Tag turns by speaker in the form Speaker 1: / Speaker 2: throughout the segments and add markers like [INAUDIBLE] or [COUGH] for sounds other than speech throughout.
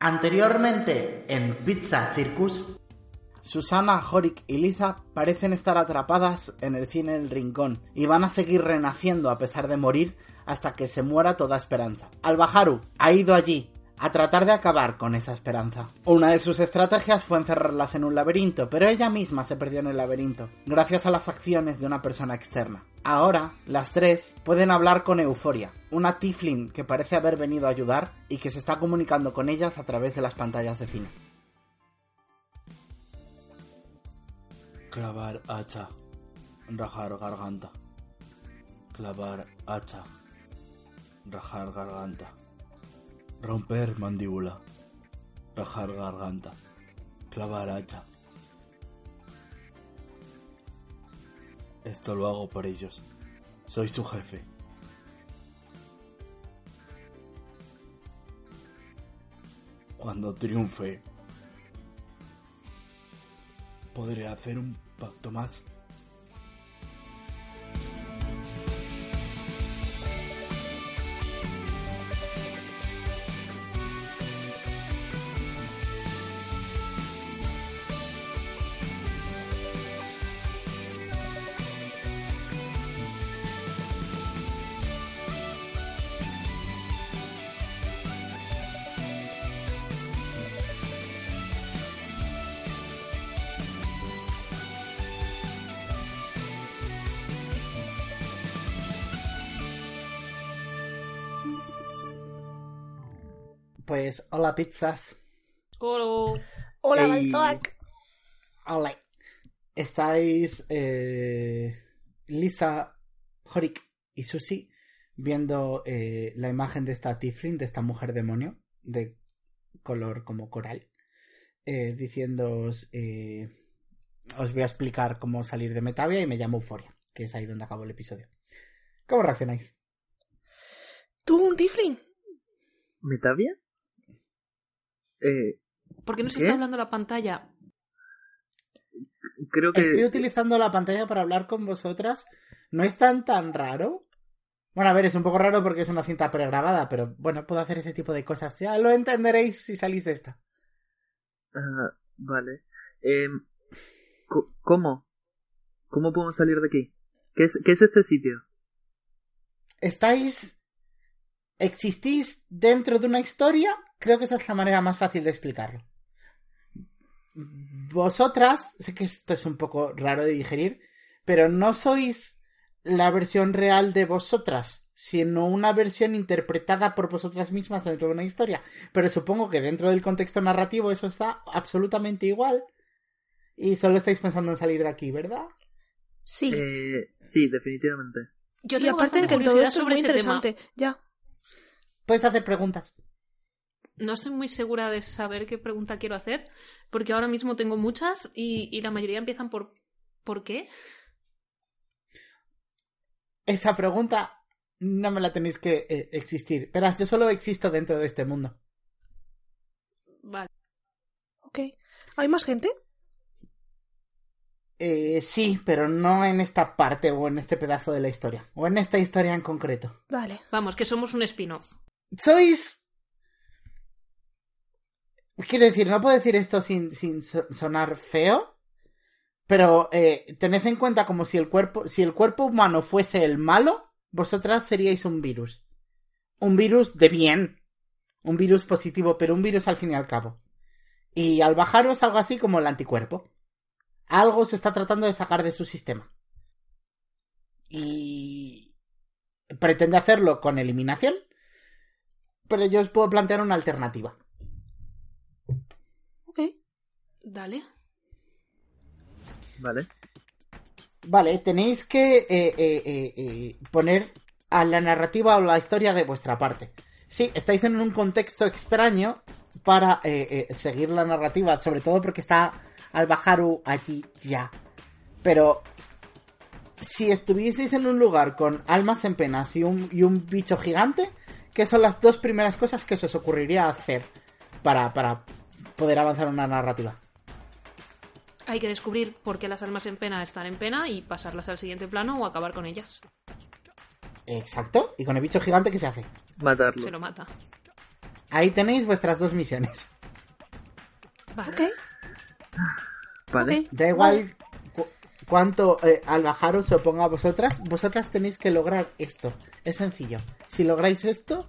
Speaker 1: Anteriormente, en Pizza Circus, Susana, Horik y Liza parecen estar atrapadas en el cine El Rincón y van a seguir renaciendo a pesar de morir hasta que se muera toda esperanza. Albaharu ha ido allí a tratar de acabar con esa esperanza. Una de sus estrategias fue encerrarlas en un laberinto, pero ella misma se perdió en el laberinto, gracias a las acciones de una persona externa. Ahora, las tres pueden hablar con Euforia, una Tiflin que parece haber venido a ayudar y que se está comunicando con ellas a través de las pantallas de cine.
Speaker 2: Clavar hacha. Rajar garganta. Clavar hacha. Rajar garganta. Romper mandíbula. Rajar garganta. Clavar hacha. Esto lo hago por ellos. Soy su jefe. Cuando triunfe, podré hacer un pacto más.
Speaker 1: Pues, hola pizzas.
Speaker 3: Coro.
Speaker 4: Hola,
Speaker 1: Ey.
Speaker 4: Balzac.
Speaker 1: Hola. Estáis eh, Lisa, Horik y Susi viendo eh, la imagen de esta Tiflin, de esta mujer demonio, de color como coral, eh, diciéndoos, eh, os voy a explicar cómo salir de Metavia y me llamo Euforia, que es ahí donde acabó el episodio. ¿Cómo reaccionáis?
Speaker 4: ¿Tú un tifling?
Speaker 5: ¿Metavia? Eh,
Speaker 3: ¿Por qué no se
Speaker 5: ¿Qué?
Speaker 3: está hablando la pantalla?
Speaker 5: creo que...
Speaker 1: Estoy utilizando la pantalla para hablar con vosotras. ¿No es tan tan raro? Bueno, a ver, es un poco raro porque es una cinta pregrabada, pero bueno, puedo hacer ese tipo de cosas. Ya lo entenderéis si salís de esta.
Speaker 5: Ah, vale. Em, co- ¿Cómo? ¿Cómo podemos salir de aquí? ¿Qué es, qué es este sitio?
Speaker 1: ¿Estáis... ¿Existís dentro de una historia? Creo que esa es la manera más fácil de explicarlo. Vosotras, sé que esto es un poco raro de digerir, pero no sois la versión real de vosotras, sino una versión interpretada por vosotras mismas dentro de una historia. Pero supongo que dentro del contexto narrativo eso está absolutamente igual. Y solo estáis pensando en salir de aquí, ¿verdad?
Speaker 4: Sí.
Speaker 5: Eh, sí, definitivamente.
Speaker 3: Yo
Speaker 4: y
Speaker 3: tengo
Speaker 4: aparte de
Speaker 3: bastante
Speaker 4: que todo
Speaker 3: curiosidad
Speaker 4: esto es
Speaker 3: sobre
Speaker 4: muy
Speaker 3: ese tema.
Speaker 4: interesante. Ya.
Speaker 1: Puedes hacer preguntas.
Speaker 3: No estoy muy segura de saber qué pregunta quiero hacer, porque ahora mismo tengo muchas y, y la mayoría empiezan por ¿por qué?
Speaker 1: Esa pregunta no me la tenéis que eh, existir. Verás, yo solo existo dentro de este mundo.
Speaker 3: Vale.
Speaker 4: Ok. ¿Hay más gente?
Speaker 1: Eh, sí, pero no en esta parte o en este pedazo de la historia. O en esta historia en concreto.
Speaker 4: Vale.
Speaker 3: Vamos, que somos un spin-off.
Speaker 1: Sois... Quiero decir, no puedo decir esto sin, sin so- sonar feo, pero eh, tened en cuenta como si el cuerpo, si el cuerpo humano fuese el malo, vosotras seríais un virus. Un virus de bien. Un virus positivo, pero un virus al fin y al cabo. Y al bajaros algo así como el anticuerpo. Algo se está tratando de sacar de su sistema. Y pretende hacerlo con eliminación, pero yo os puedo plantear una alternativa.
Speaker 4: Ok.
Speaker 3: Dale.
Speaker 5: Vale.
Speaker 1: Vale, tenéis que eh, eh, eh, eh, poner a la narrativa o la historia de vuestra parte. Sí, estáis en un contexto extraño para eh, eh, seguir la narrativa, sobre todo porque está Albaharu allí ya. Pero si estuvieseis en un lugar con almas en penas y un, y un bicho gigante, que son las dos primeras cosas que se os ocurriría hacer para, para poder avanzar una narrativa.
Speaker 3: Hay que descubrir por qué las almas en pena están en pena y pasarlas al siguiente plano o acabar con ellas.
Speaker 1: Exacto. ¿Y con el bicho gigante qué se hace?
Speaker 5: Matarlo.
Speaker 3: Se lo mata.
Speaker 1: Ahí tenéis vuestras dos misiones. [LAUGHS]
Speaker 3: Vale.
Speaker 4: Ok,
Speaker 5: Vale.
Speaker 4: ok.
Speaker 1: Da igual cu- cuánto eh, al bajar os oponga a vosotras, vosotras tenéis que lograr esto. Es sencillo. Si lográis esto,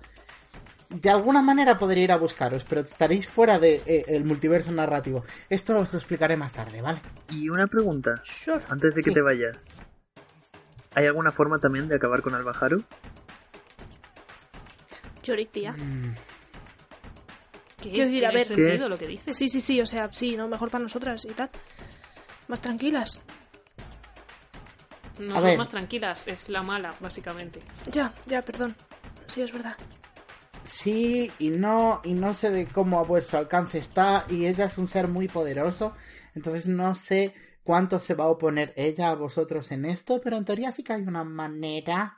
Speaker 1: de alguna manera podré ir a buscaros, pero estaréis fuera del de, eh, el multiverso narrativo. Esto os lo explicaré más tarde, ¿vale?
Speaker 5: Y una pregunta,
Speaker 4: Sure.
Speaker 5: antes de que
Speaker 1: Sí.
Speaker 5: te vayas. ¿Hay alguna forma también de acabar con Albaharu?
Speaker 4: Yorick, tía.
Speaker 1: Mm.
Speaker 3: ¿Qué?
Speaker 4: Quiero decir, a
Speaker 3: Tiene
Speaker 4: ver-
Speaker 3: sentido
Speaker 5: ¿Qué?
Speaker 3: lo que dices.
Speaker 4: Sí, sí, sí, o sea, sí, ¿no? Mejor para nosotras y tal. Más tranquilas.
Speaker 3: No
Speaker 1: A
Speaker 3: son
Speaker 1: ver.
Speaker 3: más tranquilas, es la mala, básicamente.
Speaker 4: Ya, ya, perdón. Sí, es verdad.
Speaker 1: Sí y no, y no sé de cómo a vuestro alcance está, y ella es un ser muy poderoso, entonces no sé cuánto se va a oponer ella a vosotros en esto, pero en teoría sí que hay una manera.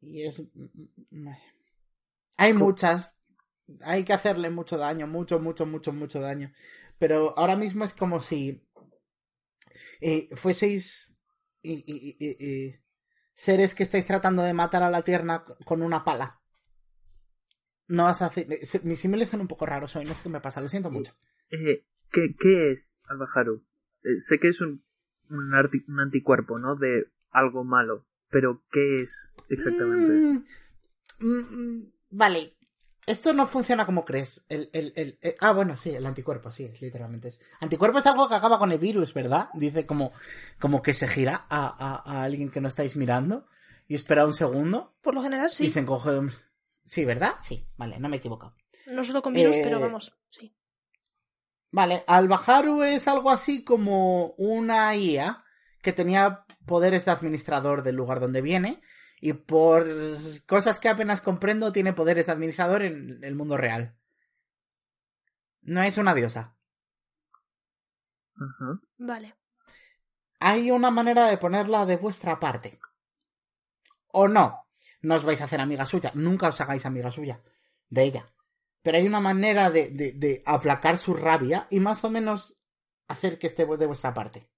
Speaker 1: Y es... Hay muchas. Hay que hacerle mucho daño, mucho, mucho, mucho, mucho daño. Pero ahora mismo es como si eh, fueseis... y- y- y- y- y seres que estáis tratando de matar a la tierra con una pala. No vas a hacer. eh, Mis símiles son un poco raros hoy, no sé qué me pasa, lo siento mucho.
Speaker 5: Eh, ¿qué, qué es Albaharu? Eh, sé que es un, un, arti- un anticuerpo, ¿no? De algo malo. Pero ¿qué es exactamente?
Speaker 1: Mm, mm, mm, vale. Esto no funciona como crees. El, el- el- eh, ah, bueno, sí, el anticuerpo, sí, es literalmente es. Anticuerpo es algo que acaba con el virus, ¿verdad? Dice como, como que se gira a, a- a alguien que no estáis mirando y espera un segundo
Speaker 4: Por lo general, sí.
Speaker 1: y se encoge. un- Sí, ¿verdad? Sí, vale, no me he equivocado.
Speaker 4: No solo con virus,
Speaker 1: Eh,
Speaker 4: pero vamos, sí.
Speaker 1: Vale, Albaharu es algo así como una IA que tenía poderes de administrador del lugar donde viene y por cosas que apenas comprendo tiene poderes de administrador en el mundo real. No es una diosa.
Speaker 5: Ajá.
Speaker 4: Vale.
Speaker 1: Hay una manera de ponerla de vuestra parte. O no. No os vais a hacer amiga suya. Nunca os hagáis amiga suya. De ella. Pero hay una manera de, de- de aplacar su rabia y más o menos hacer que esté de vuestra parte.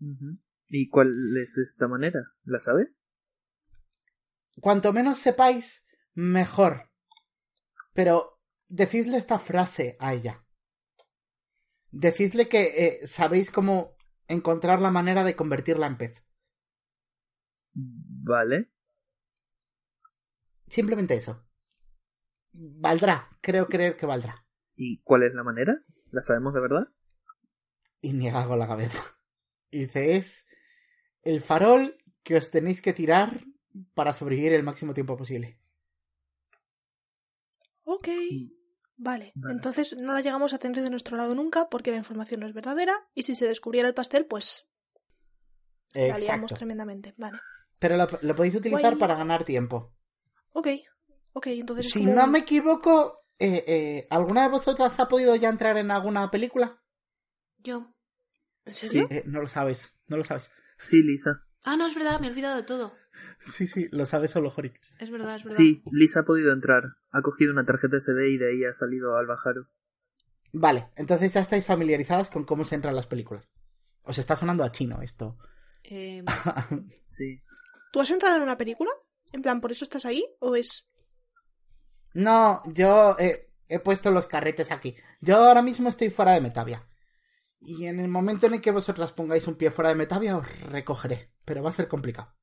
Speaker 5: Ujú. ¿Y cuál es esta manera? ¿La sabe?
Speaker 1: Cuanto menos sepáis, mejor. Pero decidle esta frase a ella. Decidle que eh, sabéis cómo encontrar la manera de convertirla en pez.
Speaker 5: Vale.
Speaker 1: Simplemente eso. Valdrá, creo creer que valdrá.
Speaker 5: ¿Y cuál es la manera? ¿La sabemos de verdad?
Speaker 1: Y niega con la cabeza. Y dice, es el farol que os tenéis que tirar para sobrevivir el máximo tiempo posible.
Speaker 4: Ok. Vale,
Speaker 5: Vale.
Speaker 4: entonces no la llegamos a tener de nuestro lado nunca porque la información no es verdadera y si se descubriera el pastel, pues la liamos
Speaker 1: Exacto.
Speaker 4: tremendamente. Vale.
Speaker 1: Pero lo, lo podéis utilizar
Speaker 4: Guay.
Speaker 1: para ganar tiempo.
Speaker 4: Ok, ok, entonces es
Speaker 1: Si
Speaker 4: como
Speaker 1: no
Speaker 4: un-
Speaker 1: me equivoco, eh, eh, ¿alguna de vosotras ha podido ya entrar en alguna película?
Speaker 3: Yo.
Speaker 4: ¿En serio?
Speaker 1: Eh, no lo sabes, no lo sabes.
Speaker 5: Sí, Lisa.
Speaker 3: Ah, no, es verdad, me he olvidado de todo.
Speaker 1: Sí, sí, lo sabes solo Jorik.
Speaker 3: Es verdad, es verdad.
Speaker 5: Sí, Lisa ha podido entrar. Ha cogido una tarjeta SD y de ahí ha salido Albaharu.
Speaker 1: Vale, entonces ya estáis familiarizados con cómo se entran las películas. Os está sonando a chino esto.
Speaker 3: Eh,
Speaker 5: Sí.
Speaker 4: ¿Tú has entrado en una película? En plan, ¿por eso estás ahí? ¿O es...?
Speaker 1: No, yo eh, he puesto los carretes aquí. Yo ahora mismo estoy fuera de Metavia. Y en el momento en el que vosotras pongáis un pie fuera de Metavia, os recogeré. Pero va a ser complicado.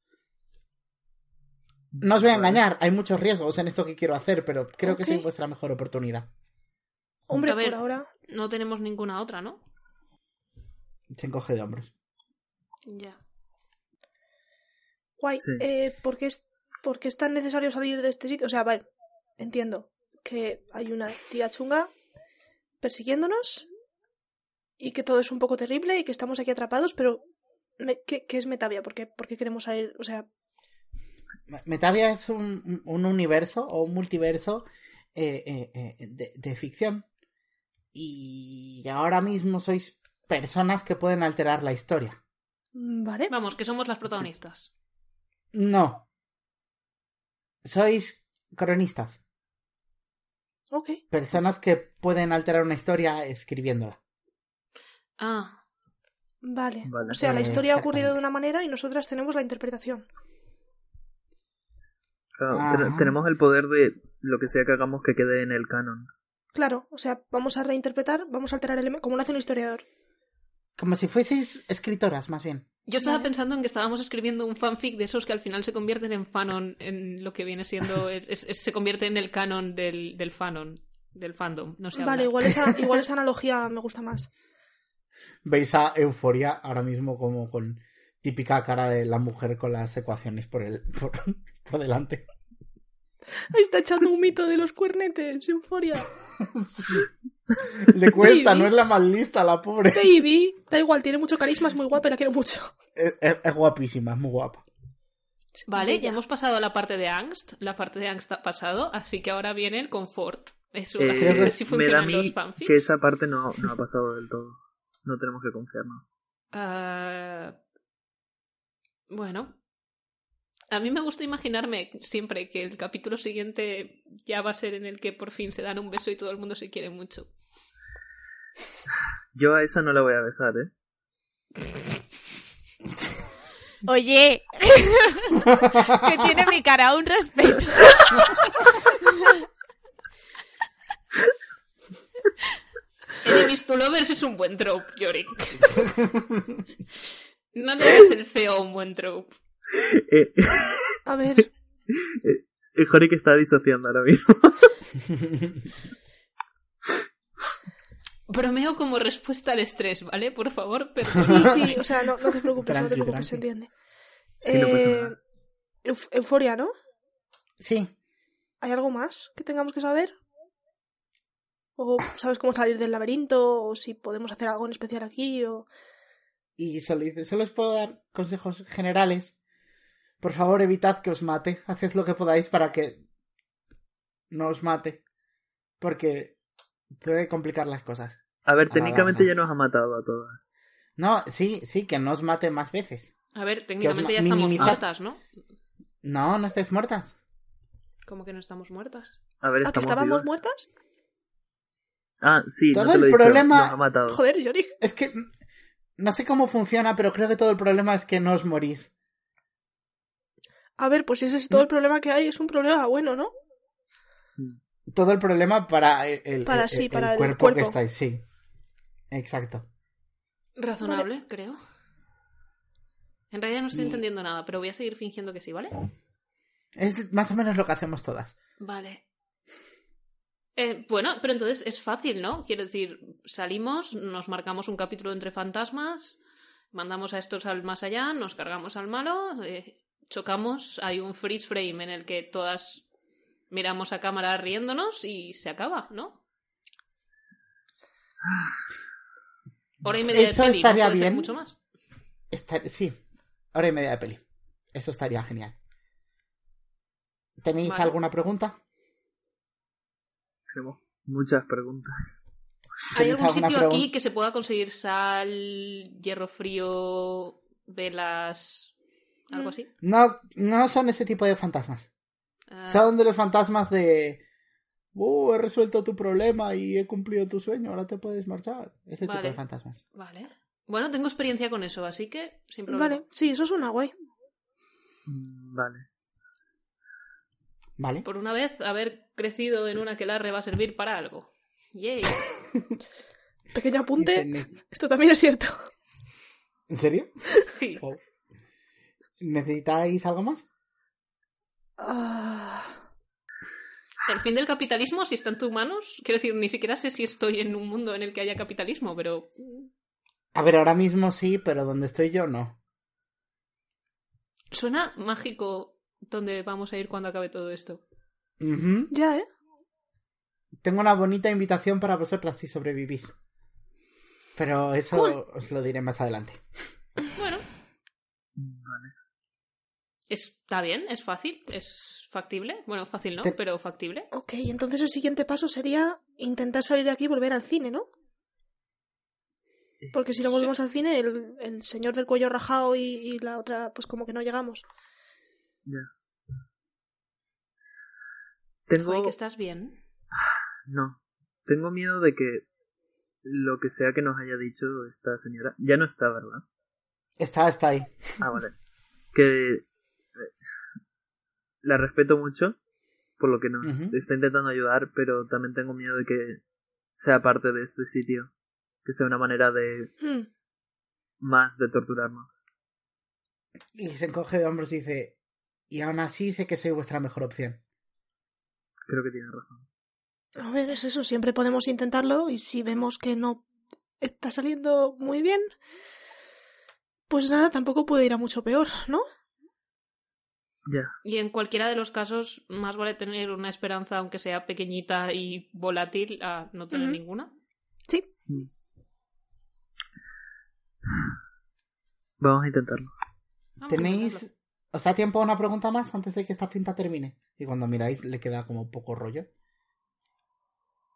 Speaker 1: No os voy a
Speaker 5: Vale.
Speaker 1: engañar, hay muchos riesgos en esto que quiero hacer, pero creo que esa
Speaker 4: Ok.
Speaker 1: es vuestra mejor oportunidad.
Speaker 4: Hombre,
Speaker 3: A ver.
Speaker 4: por ahora...
Speaker 3: no tenemos ninguna otra, ¿no?
Speaker 1: Se encoge de hombros.
Speaker 3: Ya.
Speaker 4: Guay.
Speaker 5: Sí.
Speaker 4: Eh, ¿por, qué es... por qué es tan necesario salir de este sitio? O sea, vale, entiendo que hay una tía chunga persiguiéndonos y que todo es un poco terrible y que estamos aquí atrapados, pero... me- ¿Qué, qué es Metavia? ¿Por qué, ¿Por qué queremos salir? O sea,
Speaker 1: Metavia es un, un universo o un multiverso eh, eh, eh, de, de ficción y ahora mismo sois personas que pueden alterar la historia.
Speaker 4: Vale.
Speaker 3: Vamos, que somos las protagonistas.
Speaker 1: No. Sois cronistas.
Speaker 4: Ok.
Speaker 1: Personas que pueden alterar una historia escribiéndola.
Speaker 3: Ah,
Speaker 4: Vale.
Speaker 5: Vale.
Speaker 4: O sea, la
Speaker 1: Eh,
Speaker 4: historia ha ocurrido
Speaker 1: exactamente.
Speaker 4: de una manera y nosotras tenemos la interpretación.
Speaker 5: Claro,
Speaker 1: Ajá.
Speaker 5: Ah, ten- tenemos el poder de lo que sea que hagamos que quede en el canon.
Speaker 4: Claro, o sea, vamos a reinterpretar, vamos a alterar elementos, como lo hace un historiador.
Speaker 1: Como si fueseis escritoras, más bien.
Speaker 3: Yo estaba
Speaker 4: Vale.
Speaker 3: pensando en que estábamos escribiendo un fanfic de esos que al final se convierten en fanon, en lo que viene [LAUGHS] siendo, es- es- es- se convierte en el canon del, del fanon, del fandom. No sé.
Speaker 4: Vale,
Speaker 3: hablar.
Speaker 4: igual
Speaker 3: [LAUGHS]
Speaker 4: esa, igual esa analogía me gusta más.
Speaker 1: Veis a Euforia ahora mismo como con típica cara de la mujer con las ecuaciones por el [LAUGHS] por, por delante.
Speaker 4: Ahí está echando un mito de los cuernetes, euforia.
Speaker 1: Le cuesta, no es la más lista, la pobre.
Speaker 4: Baby, da igual, tiene mucho carisma, es muy guapa y la quiero mucho.
Speaker 1: Es, es- es guapísima, es muy guapa.
Speaker 3: Vale, ya hemos pasado a la parte de angst, la parte de angst ha pasado, así que ahora viene el confort. Eso,
Speaker 5: Eh,
Speaker 3: así,
Speaker 1: creo que
Speaker 3: así
Speaker 5: me da a
Speaker 3: funcionan
Speaker 5: mí
Speaker 3: los fanfics.
Speaker 5: que esa parte no, no ha pasado del todo. No tenemos que confiarnos.
Speaker 3: Ah, bueno. A mí me gusta imaginarme siempre que el capítulo siguiente ya va a ser en el que por fin se dan un beso y todo el mundo se quiere mucho.
Speaker 5: Yo a esa no la voy a besar, ¿eh? [LAUGHS]
Speaker 6: Oye, que tiene mi cara un respeto.
Speaker 3: Enemies to lovers es un buen trope, Yorick. No le des el feo a un buen trope.
Speaker 5: Eh,
Speaker 4: A ver,
Speaker 5: el Jorik está disociando ahora mismo.
Speaker 3: Bromeo como respuesta al estrés, ¿vale? Por favor, pero...
Speaker 4: sí, sí, o sea, no, no te preocupes, no te
Speaker 1: Tranqui,
Speaker 4: preocupes, se
Speaker 1: tranqui.
Speaker 4: entiende.
Speaker 5: Sí, no pasa
Speaker 4: Eh,
Speaker 5: nada.
Speaker 4: euf- euforia, ¿no?
Speaker 1: Sí,
Speaker 4: ¿Hay algo más que tengamos que saber? ¿O sabes cómo salir del laberinto? ¿O si podemos hacer algo en especial aquí? O...
Speaker 1: y solo dice, solo os puedo dar consejos generales. Por favor, evitad que os mate. Haced lo que podáis para que no os mate. Porque puede complicar las cosas.
Speaker 5: A ver,
Speaker 1: A la
Speaker 5: técnicamente ya
Speaker 1: larga.
Speaker 5: nos ha matado a todas.
Speaker 1: No, sí, sí, que no os mate más veces.
Speaker 3: A ver, técnicamente
Speaker 1: ma-
Speaker 3: ya estamos
Speaker 1: minimizar.
Speaker 3: muertas, ¿no?
Speaker 1: No, no estáis muertas.
Speaker 3: Como que no estamos muertas.
Speaker 5: A ver,
Speaker 4: ¿A ¿Ah, que
Speaker 5: estamos
Speaker 4: estábamos
Speaker 5: vivos.
Speaker 4: muertas?
Speaker 5: Ah, sí,
Speaker 1: Todo
Speaker 5: no te
Speaker 1: el
Speaker 5: lo he dicho,
Speaker 1: problema-
Speaker 5: Nos ha matado.
Speaker 4: Joder, Yorick.
Speaker 1: Es que mm, no sé cómo funciona, pero creo que todo el problema es que no os morís.
Speaker 4: A ver, pues si ese es todo el problema que hay, es un problema bueno, ¿no?
Speaker 1: Todo el problema para el, el-
Speaker 4: Para
Speaker 1: el-
Speaker 4: sí,
Speaker 1: el
Speaker 4: para el
Speaker 1: cuerpo, que
Speaker 4: cuerpo.
Speaker 1: estáis, sí. Exacto.
Speaker 3: Razonable, creo. En realidad no estoy
Speaker 1: Y-
Speaker 3: entendiendo nada, pero voy a seguir fingiendo que sí, ¿vale?
Speaker 1: Es más o menos lo que hacemos todas.
Speaker 3: Vale. Eh, bueno, pero entonces es fácil, ¿no? Quiero decir, salimos, nos marcamos un capítulo entre fantasmas, mandamos a estos al más allá, nos cargamos al malo, eh, chocamos, hay un freeze frame en el que todas miramos a cámara riéndonos y se acaba, ¿no? Ah. Hora y media
Speaker 1: Eso
Speaker 3: de peli, no
Speaker 1: estaría
Speaker 3: puede ser
Speaker 1: bien.
Speaker 3: mucho más.
Speaker 1: Estar- sí, hora y media de peli. Eso estaría genial. ¿Tenéis
Speaker 3: Vale.
Speaker 1: alguna pregunta?
Speaker 5: Tenemos muchas preguntas.
Speaker 3: ¿Hay
Speaker 1: ¿Tenéis
Speaker 3: algún
Speaker 1: alguna
Speaker 3: sitio
Speaker 1: pregunta?
Speaker 3: aquí que se pueda conseguir sal, hierro frío, velas, algo
Speaker 4: Mm.
Speaker 3: así?
Speaker 1: No, no son ese tipo de fantasmas.
Speaker 3: Ah,
Speaker 1: Son de los fantasmas de... Uh, he resuelto tu problema y he cumplido tu sueño, ahora te puedes marchar. Ese tipo
Speaker 3: Vale.
Speaker 1: de fantasmas.
Speaker 3: Vale. Bueno, tengo experiencia con eso, así que sin problema.
Speaker 4: Vale, sí, eso es una guay.
Speaker 5: Mm, Vale.
Speaker 1: ¿Vale?
Speaker 3: Por una vez, haber crecido en una que la va a servir para algo. Yay.
Speaker 4: Pequeño apunte,
Speaker 1: Eh, Ne-
Speaker 4: esto también es cierto.
Speaker 1: ¿En serio?
Speaker 3: Sí.
Speaker 1: Wow. ¿Necesitáis algo más?
Speaker 4: Ah,
Speaker 3: El fin del capitalismo, si está en tus manos. Quiero decir, ni siquiera sé si estoy en un mundo en el que haya capitalismo, pero.
Speaker 1: A ver, ahora mismo sí, pero donde estoy yo no.
Speaker 3: Suena mágico donde vamos a ir cuando acabe todo esto.
Speaker 1: Ujú.
Speaker 4: ya, ¿eh?
Speaker 1: Tengo una bonita invitación para vosotras si sobrevivís. Pero eso
Speaker 4: Cool.
Speaker 1: os lo diré más adelante.
Speaker 3: Bueno, Está bien, es fácil, es factible. Bueno, fácil no,
Speaker 1: Te-
Speaker 3: pero factible.
Speaker 4: Ok, entonces el siguiente paso sería intentar salir de aquí y volver al cine, ¿no? Porque si no volvemos al cine, el, el señor del cuello rajado y, y la otra, pues como que no llegamos.
Speaker 5: Tengo...
Speaker 3: Joder, que estás bien.
Speaker 5: No. Tengo miedo de que lo que sea que nos haya dicho esta señora... Ya no está, ¿verdad?
Speaker 1: Está, está ahí. [LAUGHS]
Speaker 5: Ah, vale. Que eh, la respeto mucho por lo que nos
Speaker 1: Ujú.
Speaker 5: está intentando ayudar, pero también tengo miedo de que sea parte de este sitio, que sea una manera de
Speaker 4: Hmm.
Speaker 5: más de torturarnos.
Speaker 1: Y se encoge de hombros y dice, y aún así sé que soy vuestra mejor opción.
Speaker 5: Creo que tiene razón.
Speaker 4: A ver, es eso, siempre podemos intentarlo y si vemos que no está saliendo muy bien, pues nada, tampoco puede ir a mucho peor, ¿no?
Speaker 5: Ya,
Speaker 3: Y en cualquiera de los casos, más vale tener una esperanza, aunque sea pequeñita y volátil, a no tener
Speaker 4: Ujú.
Speaker 3: ninguna.
Speaker 4: Sí.
Speaker 5: vamos
Speaker 3: Vamos a
Speaker 5: a intentarlo.
Speaker 3: intentarlo.
Speaker 1: ¿Tenéis... ¿Os da tiempo a una pregunta más antes de que esta cinta termine? Y cuando miráis le queda como poco rollo.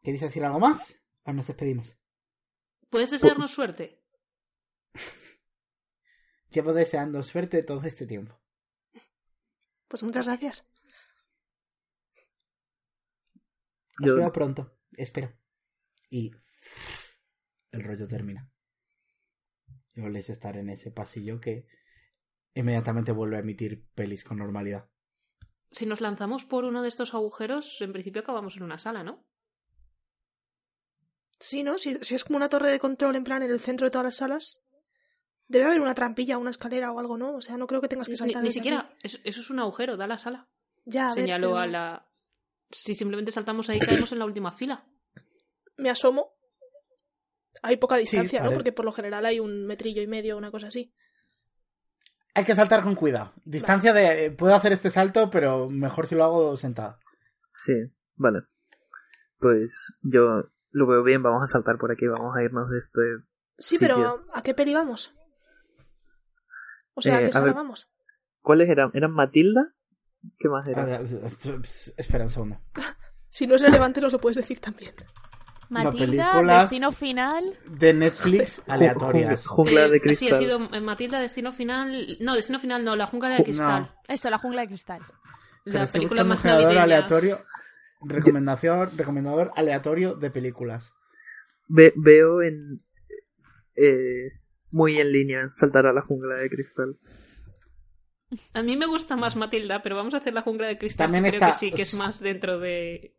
Speaker 1: ¿Queréis decir algo más? O nos despedimos.
Speaker 3: ¿Puedes desearnos suerte?
Speaker 1: Llevo deseando suerte todo este tiempo.
Speaker 4: Pues muchas gracias.
Speaker 1: Os
Speaker 5: Yo-
Speaker 1: veo pronto. Espero. Y el rollo termina. Yo les estar en ese pasillo que inmediatamente vuelve a emitir pelis con normalidad.
Speaker 3: Si nos lanzamos por uno de estos agujeros, en principio acabamos en una sala, ¿no?
Speaker 4: Sí, ¿no? Si, si es como una torre de control en plan en el centro de todas las salas, debe haber una trampilla, una escalera o algo, ¿no? O sea, no creo que tengas Pues que
Speaker 3: Ni,
Speaker 4: saltar.
Speaker 3: ni
Speaker 4: desde aquí.
Speaker 3: siquiera. es- eso es un agujero, da a la sala.
Speaker 4: Ya, a ver,
Speaker 3: Señalo
Speaker 4: pero
Speaker 3: a la. Si simplemente saltamos ahí, caemos en la
Speaker 1: [LAUGHS]
Speaker 3: última fila.
Speaker 4: Me asomo. Hay poca distancia, ¿no?
Speaker 1: vale.
Speaker 4: Porque por lo general hay un metrillo y medio, una cosa así.
Speaker 1: Hay que saltar con cuidado. Distancia de... eh, Puedo hacer este salto, pero mejor si lo hago sentado.
Speaker 5: Sí, vale. Pues yo lo veo bien, vamos a saltar por aquí, vamos a irnos de este...
Speaker 4: Sí,
Speaker 5: Sí,
Speaker 4: pero ¿a qué peli vamos? O sea,
Speaker 5: Eh,
Speaker 4: ¿a qué
Speaker 5: a
Speaker 4: sala
Speaker 5: ver.
Speaker 4: vamos?
Speaker 5: ¿Cuáles eran? ¿Eran Matilda? ¿Qué más
Speaker 1: A
Speaker 5: era?
Speaker 1: ver, Ah, Espera un segundo.
Speaker 4: Si no es relevante, nos lo puedes decir
Speaker 5: [LAUGHS]
Speaker 4: también.
Speaker 6: Matilda,
Speaker 1: películas-
Speaker 6: destino final.
Speaker 1: De [LAUGHS] Netflix aleatorias.
Speaker 5: Jun- Jungla
Speaker 3: Eh, Sí,
Speaker 5: de cristal.
Speaker 3: ha sido eh, Matilda, Destino Final. No, Destino Final no, La Jungla de
Speaker 1: Ju-
Speaker 3: Cristal.
Speaker 6: Eso, la jungla de cristal.
Speaker 1: Pero
Speaker 3: La
Speaker 1: estoy buscando
Speaker 3: película
Speaker 1: un
Speaker 3: más
Speaker 1: generador
Speaker 3: navideña.
Speaker 1: aleatorio. Recomendación, recomendador aleatorio de películas.
Speaker 5: Ve- veo en eh, muy en línea saltar a la jungla de cristal.
Speaker 3: A mí me gusta más Matilda, pero vamos a hacer La Jungla de Cristal.
Speaker 1: También
Speaker 3: que creo
Speaker 1: está-
Speaker 3: que sí, que es más dentro de,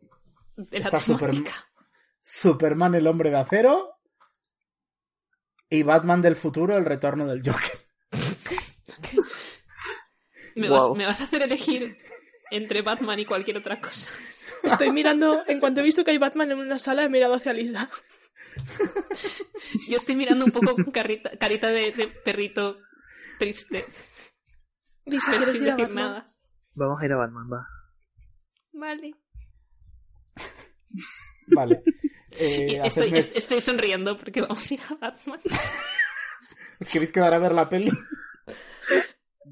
Speaker 3: de la
Speaker 1: Está súper-
Speaker 3: temática.
Speaker 1: Superman el hombre de acero y Batman del futuro, el retorno del Joker. [LAUGHS]
Speaker 3: Me,
Speaker 5: Guau.
Speaker 3: vas, me vas a hacer elegir entre Batman y cualquier otra cosa.
Speaker 4: Estoy mirando, en cuanto he visto que hay Batman en una sala, he mirado hacia Lisa.
Speaker 3: Yo estoy mirando un poco con carita, carita de, de perrito triste, [LAUGHS]
Speaker 4: Lisa,
Speaker 3: pero
Speaker 4: ¿quieres
Speaker 3: sin
Speaker 4: ir a
Speaker 3: decir
Speaker 4: Batman?
Speaker 3: nada.
Speaker 5: Vamos a ir a Batman, va.
Speaker 3: Vale.
Speaker 1: Vale. Eh,
Speaker 3: Y estoy,
Speaker 1: hacedme-
Speaker 3: est- estoy sonriendo porque vamos a ir a Batman.
Speaker 1: ¿Os queréis quedar a ver la peli? [LAUGHS]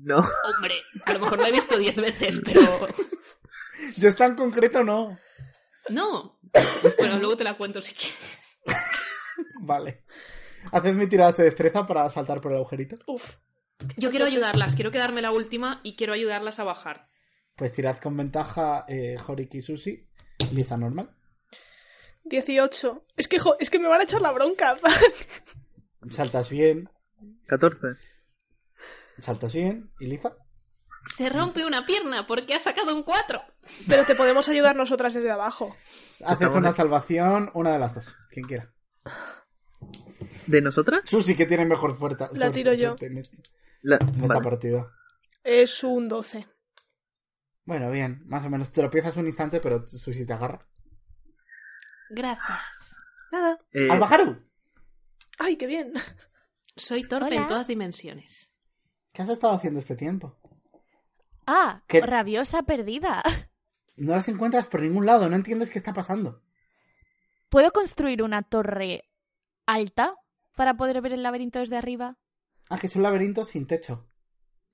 Speaker 5: No, [LAUGHS]
Speaker 3: Hombre, a lo mejor la he visto diez veces, pero.
Speaker 1: Yo es tan concreto, no.
Speaker 3: No. Bueno, luego te la cuento si quieres.
Speaker 1: Vale. Haced mi tirada de destreza para saltar por el agujerito.
Speaker 4: Uf,
Speaker 3: Yo quiero ayudarlas, quiero quedarme la última y quiero ayudarlas a bajar.
Speaker 1: Pues tirad con ventaja eh, Horik y Susi. Liza normal.
Speaker 4: 18. Es que, jo- es que me van a echar la bronca. [LAUGHS]
Speaker 1: Saltas bien,
Speaker 5: 14.
Speaker 1: saltas bien. ¿Y Liza?
Speaker 3: Se rompe una pierna porque ha sacado un 4.
Speaker 4: Pero te podemos ayudar nosotras desde abajo.
Speaker 1: Haced una salvación, una de las dos. Quien quiera.
Speaker 5: ¿De nosotras?
Speaker 1: Susi, que tiene mejor fuerza.
Speaker 4: La
Speaker 1: suerte-
Speaker 4: tiro yo.
Speaker 1: suerte En este-
Speaker 5: La-
Speaker 1: en esta
Speaker 5: vale.
Speaker 1: partida.
Speaker 4: Es un 12.
Speaker 1: Bueno, bien, más o menos. Te lo piensas un instante, pero Susi te agarra.
Speaker 3: Gracias.
Speaker 4: Nada.
Speaker 5: Eh,
Speaker 1: ¡Al bajaru!
Speaker 4: Ay, qué bien.
Speaker 3: Soy torpe
Speaker 6: Hola.
Speaker 3: en todas [LAUGHS] dimensiones.
Speaker 1: ¿Qué has estado haciendo este tiempo?
Speaker 6: Ah,
Speaker 1: ¿Qué?
Speaker 6: rabiosa perdida.
Speaker 1: No las encuentras por ningún lado, no entiendes qué está pasando.
Speaker 6: [LAUGHS] ¿Puedo construir una torre alta para poder ver el laberinto desde arriba?
Speaker 1: Ah, que es un laberinto sin techo.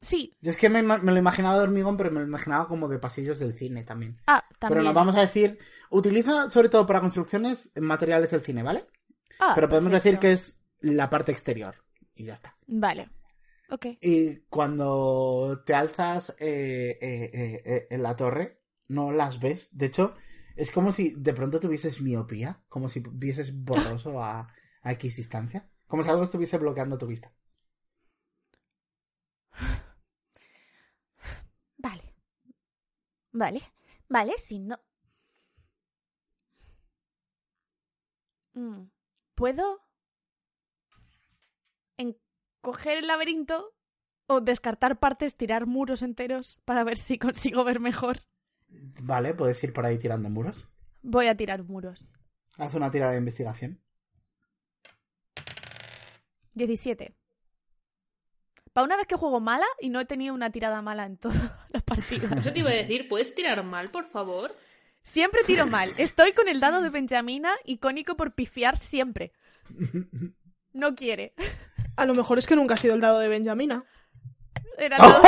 Speaker 6: Sí.
Speaker 1: Yo es que me, ima- me lo imaginaba de hormigón, pero me lo imaginaba como de pasillos del cine también.
Speaker 6: Ah,
Speaker 1: Pero
Speaker 6: también.
Speaker 1: nos vamos a decir, utiliza sobre todo para construcciones materiales del cine, ¿vale?
Speaker 6: Ah,
Speaker 1: pero podemos decir
Speaker 6: perfecto.
Speaker 1: que es la parte exterior y ya está.
Speaker 6: Vale. Ok.
Speaker 1: Y cuando te alzas eh, eh, eh, eh, en la torre, no las ves. De hecho, es como si de pronto tuvieses miopía, como si vieses borroso a, a X distancia. Como si algo estuviese bloqueando tu vista.
Speaker 6: Vale. Vale. Vale, si no. Mm, ¿Puedo en- coger el laberinto o descartar partes, tirar muros enteros para ver si consigo ver mejor?
Speaker 1: Vale, puedes ir por ahí tirando muros.
Speaker 6: Voy a tirar muros.
Speaker 1: Haz una tirada de investigación.
Speaker 6: 17. Para una vez que juego mala y no he tenido una tirada mala en toda la partida.
Speaker 3: Eso te iba a decir, ¿puedes tirar mal, por favor?
Speaker 6: Siempre tiro mal. Estoy con el dado de Benjamina, icónico por pifiar siempre. No quiere.
Speaker 4: A lo mejor es que nunca ha sido el dado de Benjamina.
Speaker 6: Era el dado-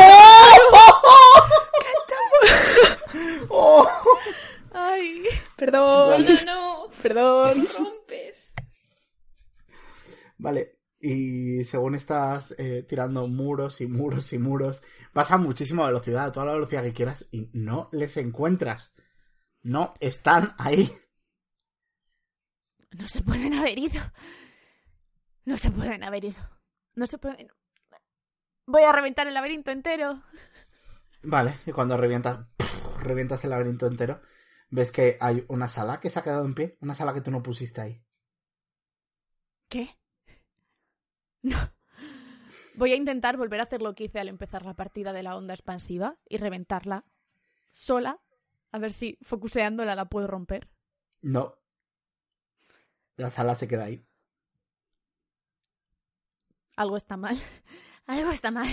Speaker 1: [LAUGHS]
Speaker 6: Ay.
Speaker 4: Perdón,
Speaker 1: Vale.
Speaker 3: [LAUGHS] No, no,
Speaker 4: perdón.
Speaker 3: rompes.
Speaker 1: Vale. Y según estás eh, tirando muros y muros y muros, vas a muchísima velocidad, a toda la velocidad que quieras, y no les encuentras. No están ahí.
Speaker 6: No se pueden haber ido. No se pueden haber ido. No se pueden. Voy a reventar el laberinto entero.
Speaker 1: Vale, y cuando revientas, ¡puf! revientas el laberinto entero, ves que hay una sala que se ha quedado en pie, una sala que tú no pusiste ahí.
Speaker 6: ¿Qué? No. Voy a intentar volver a hacer lo que hice al empezar la partida de la onda expansiva y reventarla sola. A ver si focuseándola la puedo romper.
Speaker 1: No. La sala se queda ahí.
Speaker 6: Algo está mal. [LAUGHS] Algo está mal.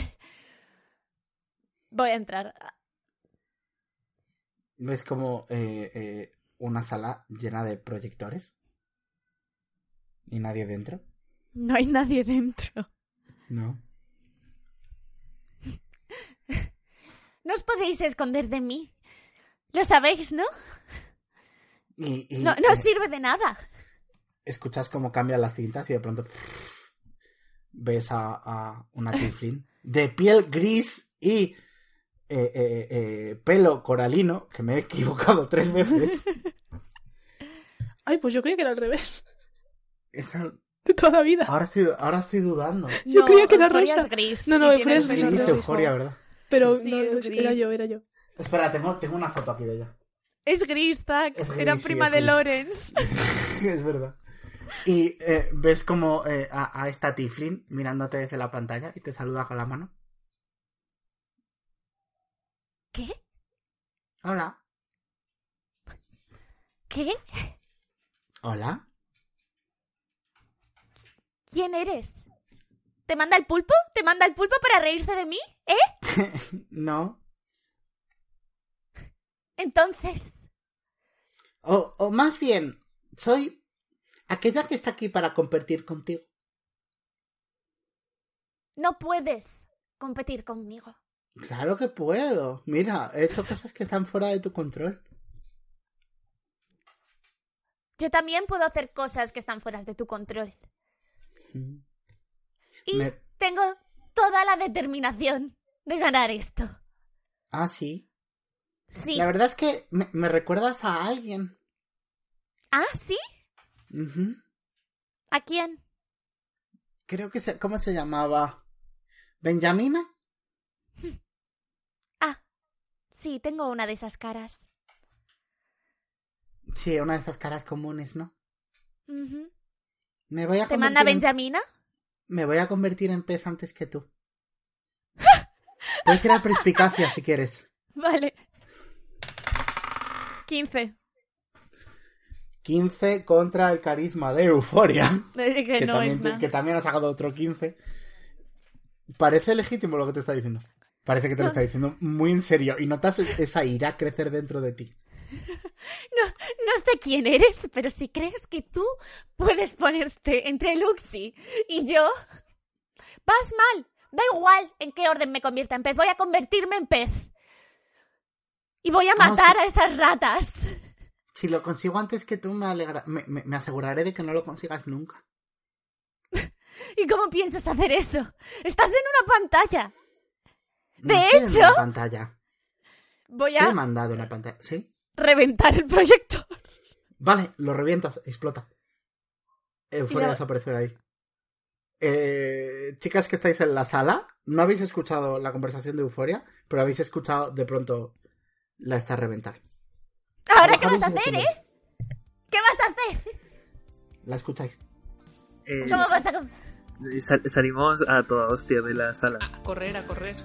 Speaker 6: Voy a entrar.
Speaker 1: Ves como eh, eh, una sala llena de proyectores. Y nadie dentro.
Speaker 6: No hay nadie dentro.
Speaker 1: No.
Speaker 6: No os podéis esconder de mí. Lo sabéis, ¿no?
Speaker 1: Y, y-
Speaker 6: No, no
Speaker 1: eh,
Speaker 6: os sirve de nada.
Speaker 1: escuchas cómo cambian las cintas y de pronto pff, ves a, a una tiflin de piel gris y eh, eh, eh, pelo coralino, que me he equivocado tres veces.
Speaker 4: Ay, pues yo creía que era al revés. [LAUGHS]
Speaker 1: Esa-
Speaker 4: De toda la vida.
Speaker 1: ahora, estoy, ahora estoy dudando.
Speaker 4: Yo
Speaker 6: No,
Speaker 4: creía que era
Speaker 6: Euforia
Speaker 4: rosa.
Speaker 6: es gris.
Speaker 4: No, no,
Speaker 6: y
Speaker 4: Euforia
Speaker 6: tiene
Speaker 4: es
Speaker 1: Sí,
Speaker 6: el
Speaker 4: gris,
Speaker 6: pelo
Speaker 4: no,
Speaker 1: es
Speaker 4: no,
Speaker 6: rojo.
Speaker 1: euforia, ¿verdad?
Speaker 4: Pero
Speaker 6: Sí,
Speaker 4: no,
Speaker 6: es gris.
Speaker 4: era yo, era yo.
Speaker 1: Espera, tengo, tengo una foto aquí de ella. [LAUGHS]
Speaker 6: Es gris, Zack.
Speaker 1: Es gris,
Speaker 6: Era
Speaker 1: sí,
Speaker 6: prima
Speaker 1: es
Speaker 6: de
Speaker 1: gris.
Speaker 6: Lawrence.
Speaker 1: es verdad. Y eh, ves como eh, a, a esta tiflin mirándote desde la pantalla y te saluda con la mano.
Speaker 6: ¿Qué?
Speaker 1: Hola.
Speaker 6: ¿Qué?
Speaker 1: Hola.
Speaker 6: ¿Quién eres? ¿Te manda el pulpo? ¿Te manda el pulpo para reírse de mí? ¿Eh?
Speaker 1: No.
Speaker 6: Entonces.
Speaker 1: O, o más bien, soy aquella que está aquí para competir contigo.
Speaker 6: No puedes competir conmigo.
Speaker 1: Claro que puedo. Mira, he hecho cosas que están fuera de tu control.
Speaker 6: Yo también puedo hacer cosas que están fuera de tu control. Y
Speaker 1: Me-
Speaker 6: tengo toda la determinación de ganar esto.
Speaker 1: Ah, sí.
Speaker 6: Sí.
Speaker 1: La verdad es que me, me recuerdas a alguien.
Speaker 6: ¿Ah, sí?
Speaker 1: Ujú.
Speaker 6: ¿A quién?
Speaker 1: Creo que se... ¿Cómo se llamaba? ¿Benjamina?
Speaker 6: Ah, sí, tengo una de esas caras.
Speaker 1: Sí, una de esas caras comunes, ¿no?
Speaker 6: Ujú.
Speaker 1: Me voy a
Speaker 6: ¿Te
Speaker 1: convertir
Speaker 6: manda
Speaker 1: en- [LAUGHS]
Speaker 6: Benjamina?
Speaker 1: Me voy a convertir en pez antes que tú. [LAUGHS] Puedes tirar perspicacia si quieres.
Speaker 6: Vale. 15.
Speaker 1: 15 contra el carisma de euforia.
Speaker 6: Eh, Que,
Speaker 1: que,
Speaker 6: no
Speaker 1: también,
Speaker 6: es
Speaker 1: te-
Speaker 6: nada.
Speaker 1: que también ha sacado otro 15. Parece legítimo lo que te está diciendo. Parece que te lo está diciendo muy en serio. Y notas esa ira crecer dentro de ti.
Speaker 6: No sé quién eres, pero si crees que tú puedes ponerte entre Luxi y yo, vas mal, Da igual en qué orden me convierta en pez, voy a convertirme en pez. Y voy a
Speaker 1: No,
Speaker 6: matar
Speaker 1: Ah, sí.
Speaker 6: a esas ratas.
Speaker 1: Si lo consigo antes que tú, me, alegra- me, me- me aseguraré de que no lo consigas nunca.
Speaker 6: ¿Y cómo piensas hacer eso? Estás en una pantalla.
Speaker 1: No
Speaker 6: De
Speaker 1: estoy en
Speaker 6: hecho-
Speaker 1: una pantalla.
Speaker 6: Voy
Speaker 1: Te he
Speaker 6: a
Speaker 1: mandado una pantalla. ¿Sí?
Speaker 6: reventar el proyector.
Speaker 1: Vale, lo revientas, explota. Euforia
Speaker 6: la-
Speaker 1: desaparece de ahí. Eh, chicas que estáis en la sala, no habéis escuchado la conversación de Euforia, pero habéis escuchado de pronto la está a reventar.
Speaker 6: ¿Ahora qué
Speaker 1: Bajaros
Speaker 6: vas a
Speaker 1: y
Speaker 6: hacer,
Speaker 1: descendéis.
Speaker 6: eh? ¿Qué vas a hacer?
Speaker 1: La escucháis.
Speaker 5: Eh,
Speaker 6: ¿Cómo vas a...? con-
Speaker 5: sal- salimos a toda hostia de la sala.
Speaker 3: A correr, a correr.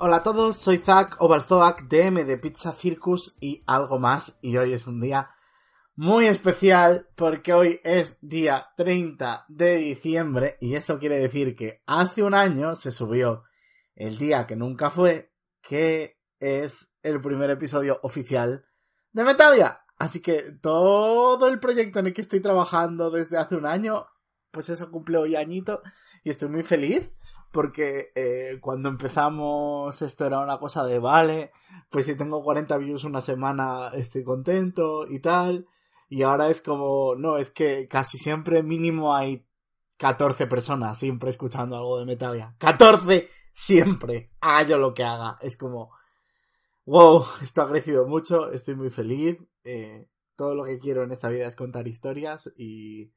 Speaker 1: Hola a todos, soy Zach Obalzoac, DM de Pizza Circus y algo más. Y hoy es un día muy especial porque hoy es día 30 de diciembre y eso quiere decir que hace un año se subió el día que nunca fue, que es el primer episodio oficial de Metavia. Así que todo el proyecto en el que estoy trabajando desde hace un año, pues eso cumple hoy añito y estoy muy feliz porque eh, cuando empezamos esto era una cosa de vale, pues si tengo 40 views una semana estoy contento y tal, y ahora es como, no, es que casi siempre mínimo hay 14 personas siempre escuchando algo de Metavia. 14 siempre, haga yo lo que haga, es como, wow, esto ha crecido mucho, estoy muy feliz, eh, todo lo que quiero en esta vida es contar historias y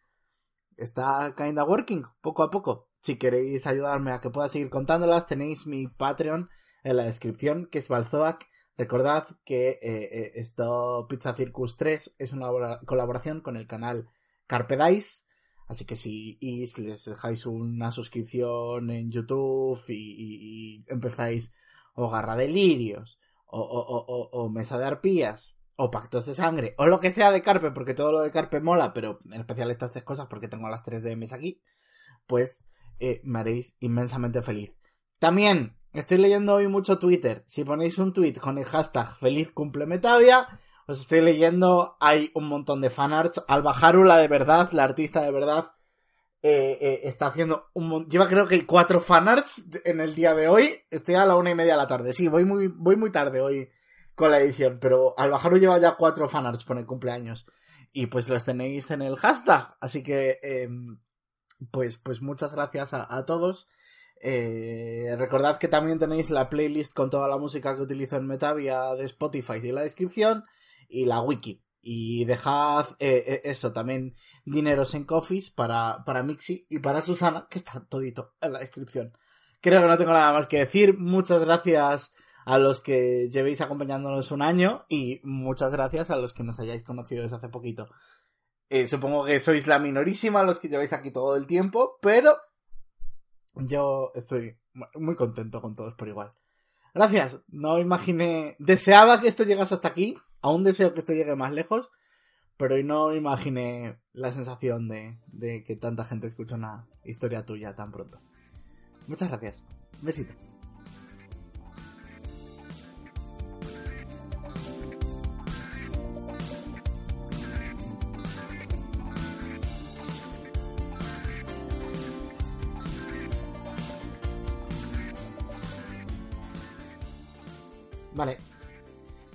Speaker 1: está kinda working, poco a poco. Si queréis ayudarme a que pueda seguir contándolas, tenéis mi Patreon en la descripción, que es Balzoac. Recordad que eh, eh, esto Pizza Circus 3 es una obra- colaboración con el canal Carpe Dice. Así que si is, les dejáis una suscripción en YouTube y, y- y empezáis o Garra de Lirios, o, o- o- o- o Mesa de Arpías, o Pactos de Sangre, o lo que sea de Carpe, porque todo lo de Carpe mola, pero en especial estas tres cosas, porque tengo las tres DMs aquí, pues eh, me haréis inmensamente feliz. También estoy leyendo hoy mucho Twitter. Si ponéis un tweet con el hashtag feliz cumplemetavia, os estoy leyendo. Hay un montón de fanarts. Alba Haru, la de verdad, la artista de verdad, eh, eh, está haciendo un mon- Lleva creo que cuatro fanarts en el día de hoy. Estoy a la una y media de la tarde. Sí, voy muy, voy muy tarde hoy con la edición, pero Alba Haru lleva ya cuatro fanarts por el cumpleaños. Y pues los tenéis en el hashtag. Así que, em, pues, pues muchas gracias a, a todos. Eh, recordad que también tenéis la playlist con toda la música que utilizo en Metavia de Spotify y la descripción y la wiki. Y dejad eh, eh, eso también dineros en coffees para, para Mixi y para Susana, que está todito en la descripción. Creo que no tengo nada más que decir. Muchas gracias a los que llevéis acompañándonos un año y muchas gracias a los que nos hayáis conocido desde hace poquito. Eh, supongo que sois la minorísima los que lleváis aquí todo el tiempo, pero yo estoy mu- muy contento con todos por igual. Gracias, no imaginé, deseaba que esto llegase hasta aquí, aún deseo que esto llegue más lejos, pero hoy no imaginé la sensación de, de que tanta gente escucha una historia tuya tan pronto. Muchas gracias, un besito. Vale.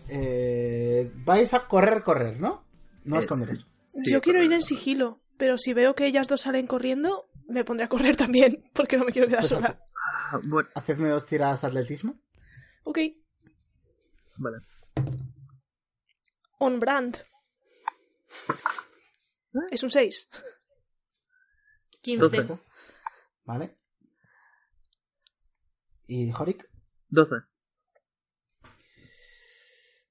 Speaker 1: Eh, vais a correr, correr, ¿no? No os
Speaker 5: Eh,
Speaker 1: esconderos.
Speaker 5: sí,
Speaker 4: Yo quiero ir en
Speaker 5: correcto.
Speaker 4: sigilo, pero si veo que ellas dos salen corriendo, me pondré a correr también, [LAUGHS] porque no me quiero quedar
Speaker 1: Pues hace-
Speaker 4: sola.
Speaker 5: Ah, Bueno,
Speaker 1: hacedme dos tiradas de atletismo.
Speaker 4: Ok,
Speaker 5: vale.
Speaker 4: on brand. Es un 6.
Speaker 3: 15.
Speaker 5: Perfecto.
Speaker 1: Vale. ¿Y Jorik?
Speaker 5: 12.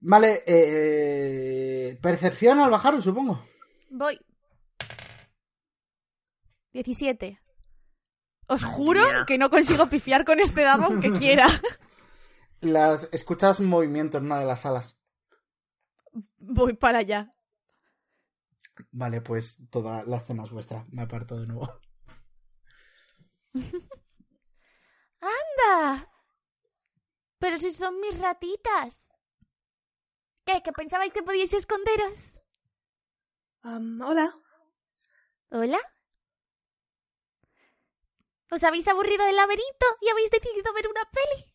Speaker 1: Vale, eh, percepción al bajar, supongo.
Speaker 6: Voy. 17. Os juro
Speaker 5: mía.
Speaker 6: que no consigo pifiar con este dado aunque quiera.
Speaker 1: Las escuchas movimiento en una de las salas.
Speaker 6: Voy para allá.
Speaker 1: Vale, pues toda la escena es vuestra. Me aparto de nuevo. [LAUGHS]
Speaker 6: ¡Anda! Pero si son mis ratitas. ¿Qué? ¿Que pensabais que podíais esconderos?
Speaker 4: Am, hola.
Speaker 6: ¿Hola? ¿Os habéis aburrido del laberinto y habéis decidido ver una peli?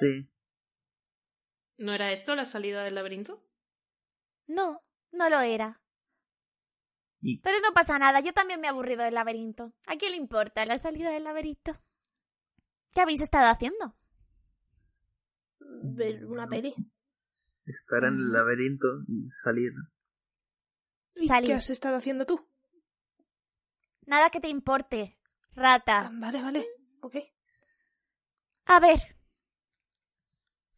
Speaker 5: Sí.
Speaker 3: ¿No era esto la salida del laberinto?
Speaker 6: No, no lo era.
Speaker 5: Y-
Speaker 6: Pero no pasa nada, yo también me he aburrido del laberinto. ¿A quién le importa la salida del laberinto? ¿Qué habéis estado haciendo?
Speaker 4: Ver una peli.
Speaker 5: Estar en el
Speaker 4: Ajá.
Speaker 5: laberinto y salir.
Speaker 4: ¿Y
Speaker 6: Salir.
Speaker 4: qué has estado haciendo tú?
Speaker 6: Nada que te importe, rata.
Speaker 4: Ah, vale, vale. Ok.
Speaker 6: A ver.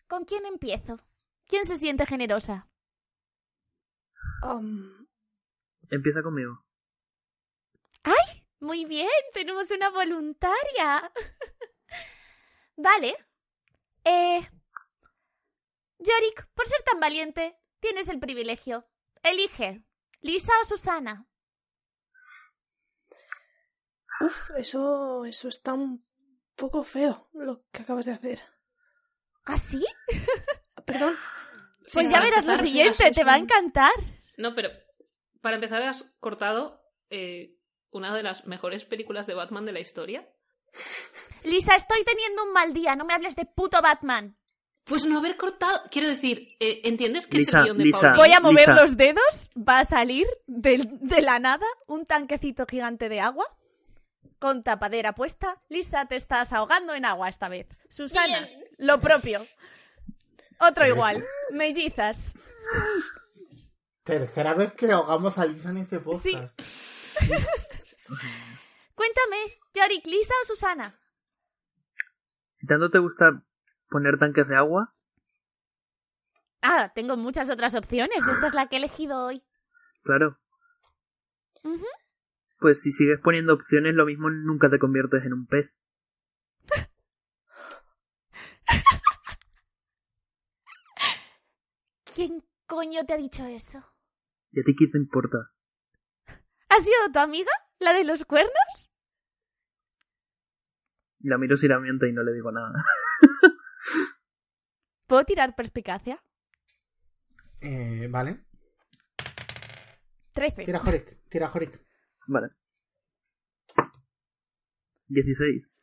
Speaker 6: ¿Con quién empiezo? ¿Quién se siente generosa?
Speaker 4: Am,
Speaker 5: Empieza conmigo.
Speaker 6: Muy bien, tenemos una voluntaria. [LAUGHS] vale. Eh. Yorick, por ser tan valiente, tienes el privilegio. Elige, Lisa o Susana.
Speaker 4: uf, eso, eso está un poco feo lo que acabas de hacer.
Speaker 6: ¿Así?
Speaker 4: Perdón.
Speaker 6: ¿Ah, Pues
Speaker 3: Sí,
Speaker 6: ya
Speaker 3: para
Speaker 6: verás lo
Speaker 3: empezar,
Speaker 6: siguiente,
Speaker 3: es
Speaker 6: te va a
Speaker 3: un-
Speaker 6: encantar.
Speaker 3: No, pero para empezar has cortado eh, una de las mejores películas de Batman de la historia.
Speaker 6: Lisa, estoy teniendo un mal día, no me hables de puto Batman.
Speaker 3: Pues no haber cortado, quiero decir, eh, ¿entiendes que es
Speaker 5: Lisa,
Speaker 3: el guión de
Speaker 5: Lisa.
Speaker 3: Pauline?
Speaker 7: Voy a mover
Speaker 5: Lisa.
Speaker 7: los dedos, va a salir del- de, la nada un tanquecito gigante de agua con tapadera puesta. Lisa, te estás ahogando en agua esta vez. Susana, lo propio. Otro igual. Mellizas.
Speaker 1: Tercera vez que ahogamos a Lisa en este podcast.
Speaker 6: Cuéntame, Yorick, Lisa o Susana.
Speaker 5: Si tanto te gusta poner tanques de agua,
Speaker 6: Ah, tengo muchas otras opciones, esta es la que he elegido hoy.
Speaker 5: claro.
Speaker 6: Ujú.
Speaker 5: Pues si sigues poniendo opciones, lo mismo nunca te conviertes en un pez.
Speaker 6: ¿Quién coño te ha dicho eso?
Speaker 5: ¿Y a ti qué te importa?
Speaker 6: ¿Ha sido tu amiga? ¿La de los cuernos?
Speaker 5: La miro si la miente y no le digo nada. [LAUGHS]
Speaker 7: ¿Puedo tirar perspicacia?
Speaker 1: Eh, vale.
Speaker 7: 13.
Speaker 1: Tira Jorik, tira Jorik.
Speaker 5: Vale. 16.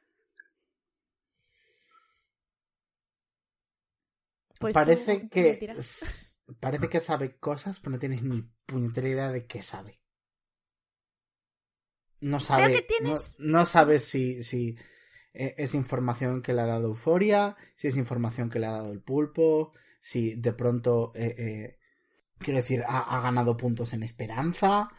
Speaker 7: Pues
Speaker 1: parece
Speaker 7: tú
Speaker 1: que
Speaker 7: tira.
Speaker 1: s- parece que sabe cosas, pero no tienes ni puñetera idea de qué sabe. No sabe.
Speaker 6: que tienes-
Speaker 1: no, no sabe si, si eh, es información que le ha dado Euforia, si es información que le ha dado el pulpo, si de pronto eh, eh, quiero decir, ha, ha ganado puntos en esperanza.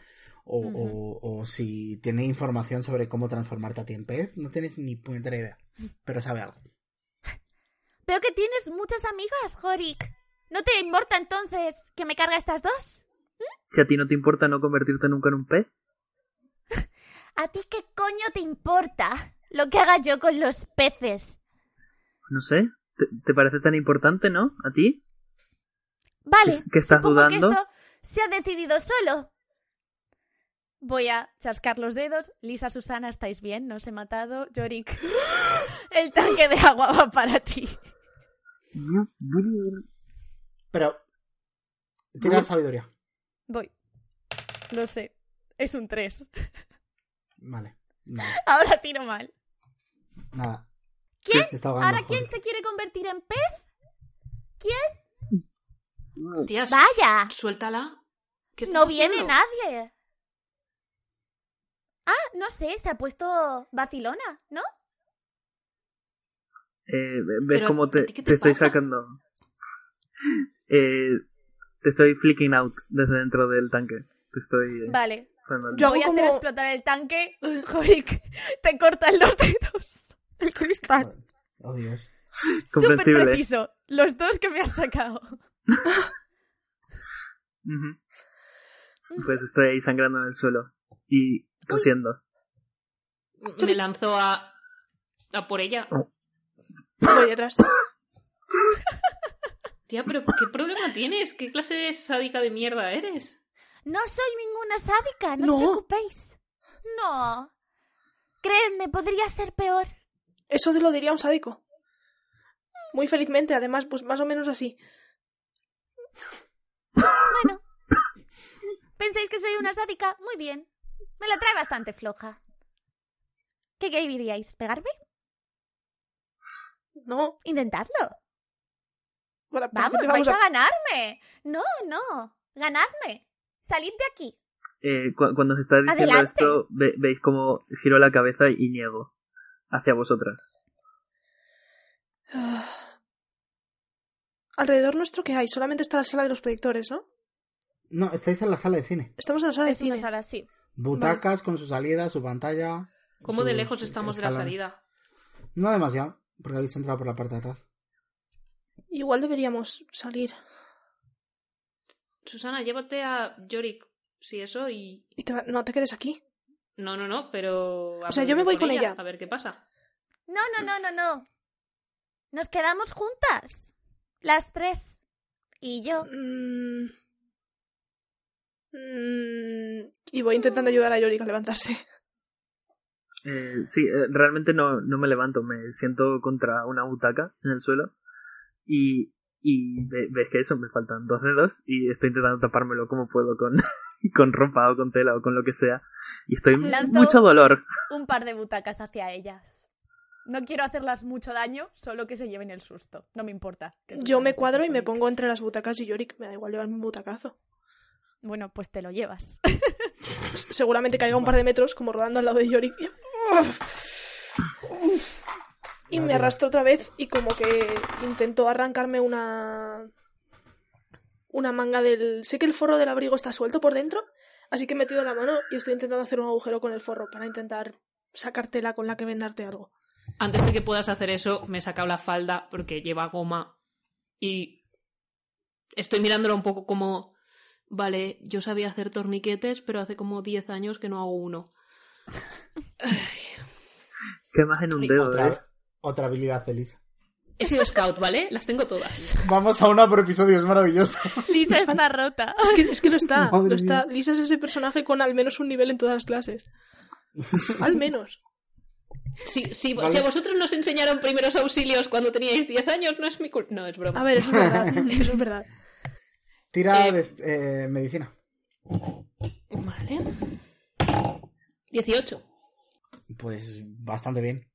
Speaker 1: O,
Speaker 7: Ujú.
Speaker 1: o- o si tiene información sobre cómo transformarte a ti en pez, no tienes ni puñetera idea, pero sabe algo.
Speaker 6: Veo que tienes muchas amigas, Jorik. ¿No te importa entonces que me carga estas dos?
Speaker 5: Si a ti no te importa no convertirte nunca en un pez,
Speaker 6: ¿A ti qué coño te importa lo que haga yo con los peces?
Speaker 5: no sé. ¿Te, te parece tan importante, no? ¿A ti?
Speaker 6: Vale,
Speaker 5: ¿Qué estás
Speaker 6: supongo
Speaker 5: dudando?
Speaker 6: que esto se ha decidido solo.
Speaker 7: Voy a chascar los dedos. Lisa, Susana, ¿estáis bien? ¿No os he matado? Yorick,
Speaker 5: [GASPS]
Speaker 7: el tanque de agua va para ti.
Speaker 1: Pero tira sabiduría.
Speaker 7: Voy. Lo sé. Es un 3.
Speaker 1: Vale. Nada.
Speaker 7: Ahora tiro mal.
Speaker 1: Nada.
Speaker 6: ¿Quién?
Speaker 1: Se está ahogando,
Speaker 6: ¿Ahora quién
Speaker 1: joder.
Speaker 6: se quiere convertir en pez?
Speaker 3: Tía, su-
Speaker 6: Vaya.
Speaker 3: Suéltala. ¿Qué estás
Speaker 6: No viene
Speaker 3: haciendo?
Speaker 6: nadie. Ah, no sé, se ha puesto vacilona, ¿no?
Speaker 5: Eh, ¿Ves
Speaker 3: Pero,
Speaker 5: cómo te,
Speaker 3: ¿a ti qué te
Speaker 5: te estoy
Speaker 3: pasa?
Speaker 5: sacando? [LAUGHS] Eh, te estoy flicking out desde dentro del tanque. Te estoy... eh,
Speaker 7: Vale.
Speaker 5: usando el-
Speaker 4: Yo
Speaker 7: Voy a
Speaker 4: hago
Speaker 7: hacer
Speaker 4: como-
Speaker 7: explotar el
Speaker 6: [LAUGHS]
Speaker 7: tanque. Jorik, te cortan los dedos. El cristal.
Speaker 1: Oh, Dios.
Speaker 7: Súper
Speaker 5: Comprensible.
Speaker 7: preciso. Los dos que me has sacado.
Speaker 5: Ujú. Pues estoy ahí sangrando en el suelo y tosiendo.
Speaker 3: Me lanzó a, a por ella.
Speaker 4: Voy detrás.
Speaker 3: Tía, pero ¿qué problema tienes? ¿Qué clase de sádica de mierda eres?
Speaker 6: No soy ninguna sádica, no,
Speaker 4: No.
Speaker 6: os preocupéis. No. Créeme, podría ser peor.
Speaker 4: Eso te lo diría un sádico. Muy felizmente, además, pues más o menos así.
Speaker 8: Bueno. ¿Pensáis que soy una sádica? Muy bien. Me la trae bastante floja. ¿Qué queríais? ¿Pegarme?
Speaker 4: No.
Speaker 8: Intentadlo.
Speaker 4: Bueno, ¿por qué
Speaker 8: Vamos,
Speaker 4: pues, te
Speaker 8: vais
Speaker 4: vamos
Speaker 8: a...
Speaker 4: a-
Speaker 8: ganarme. No, no. Ganadme. Salid de aquí.
Speaker 5: Eh, cu- cuando se está diciendo
Speaker 8: Adelante.
Speaker 5: esto, ve- veis cómo giro la cabeza y niego hacia vosotras.
Speaker 4: Ah. Alrededor nuestro, ¿qué hay? Solamente está la sala de los proyectores, ¿no?
Speaker 1: No, estáis en la sala de cine.
Speaker 4: Estamos en la sala
Speaker 6: Es
Speaker 4: de cine.
Speaker 6: una sala así.
Speaker 1: Butacas con su salida, su pantalla.
Speaker 3: ¿Cómo de
Speaker 1: sus
Speaker 3: lejos estamos de la
Speaker 1: escalones.
Speaker 3: salida?
Speaker 1: No demasiado, porque habéis entrado por la parte de atrás.
Speaker 4: Igual deberíamos salir
Speaker 3: Susana, llévate a Yorick, si eso, y...
Speaker 4: y te va- no te quedes aquí.
Speaker 3: No, no, no, pero...
Speaker 4: O sea, yo me voy con ella.
Speaker 3: A ver qué pasa.
Speaker 8: No, no, no, no, no. Nos quedamos juntas. Las tres. Y yo.
Speaker 4: Mm. Mm. Y voy intentando ayudar a Yorick a levantarse.
Speaker 5: Eh, sí, eh, realmente no, no me levanto, me siento contra una butaca en el suelo y, y ve- ves que eso, me faltan dos dedos y estoy intentando tapármelo como puedo con, [LAUGHS] con ropa o con tela o con lo que sea y estoy en
Speaker 6: Lanzo-
Speaker 5: mucho dolor.
Speaker 6: Un par de butacas hacia ellas. No quiero hacerlas mucho daño, solo que se lleven el susto. No me importa. que se
Speaker 4: Yo
Speaker 6: lleven
Speaker 4: me
Speaker 6: el
Speaker 4: cuadro y
Speaker 6: susto.
Speaker 4: me pongo entre las butacas y Yorick. Me da igual llevarme un butacazo.
Speaker 6: Bueno, pues te
Speaker 4: [LAUGHS]
Speaker 6: lo llevas. [LAUGHS]
Speaker 4: S- Seguramente caiga un par de metros como rodando al lado de Yorick. Y- Y me
Speaker 1: Nadie.
Speaker 4: arrastro otra vez y como que intento arrancarme una... Una manga del... Sé que el forro del abrigo está suelto por dentro, así que he metido la mano y estoy intentando hacer un agujero con el forro para intentar sacártela con la que vendarte algo.
Speaker 3: Antes de que puedas hacer eso, me he sacado la falda porque lleva goma y estoy mirándola un poco como... Vale, yo sabía hacer torniquetes, pero hace como 10 años que no hago uno.
Speaker 5: Que más en un
Speaker 3: Ay,
Speaker 5: dedo,
Speaker 1: Otra,
Speaker 5: eh.
Speaker 1: otra habilidad de Lisa.
Speaker 3: He sido scout, ¿vale? Las tengo todas.
Speaker 1: Vamos a una por episodio, es
Speaker 3: [LAUGHS]
Speaker 1: maravilloso.
Speaker 6: Lisa está rota.
Speaker 4: Es que, es que lo está,
Speaker 1: Madre
Speaker 4: lo está. Lisa es ese personaje con al menos un nivel en todas las clases. Al menos.
Speaker 3: Si, si-
Speaker 1: Vale.
Speaker 3: si a vosotros nos enseñaron primeros auxilios cuando teníais 10 años, no es mi culpa. No, es broma.
Speaker 4: A ver, eso es verdad. Eso es verdad.
Speaker 1: Tira
Speaker 3: Eh,
Speaker 1: de este- eh, medicina.
Speaker 3: Vale. 18.
Speaker 1: Pues bastante bien.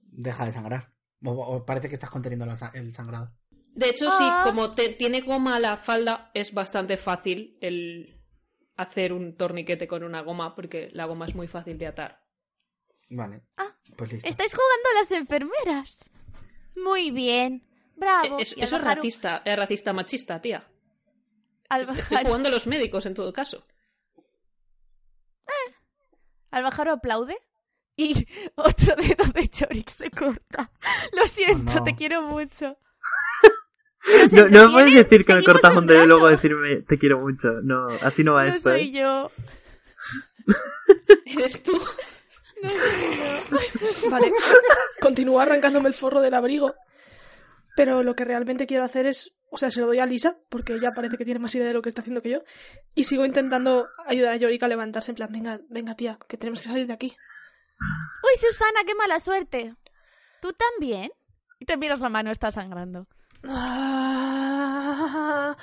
Speaker 1: Deja de sangrar. O, o parece que estás conteniendo la sa- el sangrado.
Speaker 3: De hecho, sí,
Speaker 8: Ah.
Speaker 3: como te- tiene goma la falda, es bastante fácil el hacer un torniquete con una goma, porque la goma es muy fácil de atar.
Speaker 1: Vale.
Speaker 8: Ah,
Speaker 1: pues listo.
Speaker 8: Estáis jugando a las enfermeras. Muy bien. Bravo.
Speaker 6: Ah,
Speaker 3: Eh, es-
Speaker 8: Y al
Speaker 3: eso es
Speaker 8: bajar un-
Speaker 3: racista, es racista machista, tía.
Speaker 6: Al
Speaker 3: Estoy
Speaker 6: bajar,
Speaker 3: jugando a los médicos en todo caso.
Speaker 6: al bajar aplaude y [LAUGHS] otro dedo de Chorik se corta. Lo siento,
Speaker 1: Oh, no.
Speaker 6: te quiero mucho.
Speaker 5: No, no me
Speaker 8: entretiene,
Speaker 5: puedes decir que me
Speaker 8: seguimos
Speaker 5: cortas
Speaker 8: un
Speaker 5: un dedo y luego
Speaker 8: rato.
Speaker 5: decirme te quiero mucho. No, así no va
Speaker 6: No
Speaker 5: esto.
Speaker 6: soy
Speaker 5: eh.
Speaker 6: yo.
Speaker 3: Eres tú.
Speaker 4: Vale, [LAUGHS] continúo arrancándome el forro del abrigo. Pero lo que realmente quiero hacer es. O sea, se lo doy a Lisa, porque ella parece que tiene más idea de lo que está haciendo que yo. Y sigo intentando ayudar a Yorick a levantarse. En plan, venga, venga, tía, que tenemos que salir de aquí.
Speaker 8: Uy, Susana, qué mala suerte. ¿Tú también?
Speaker 6: Y te miras la mano, está sangrando.
Speaker 4: Ah,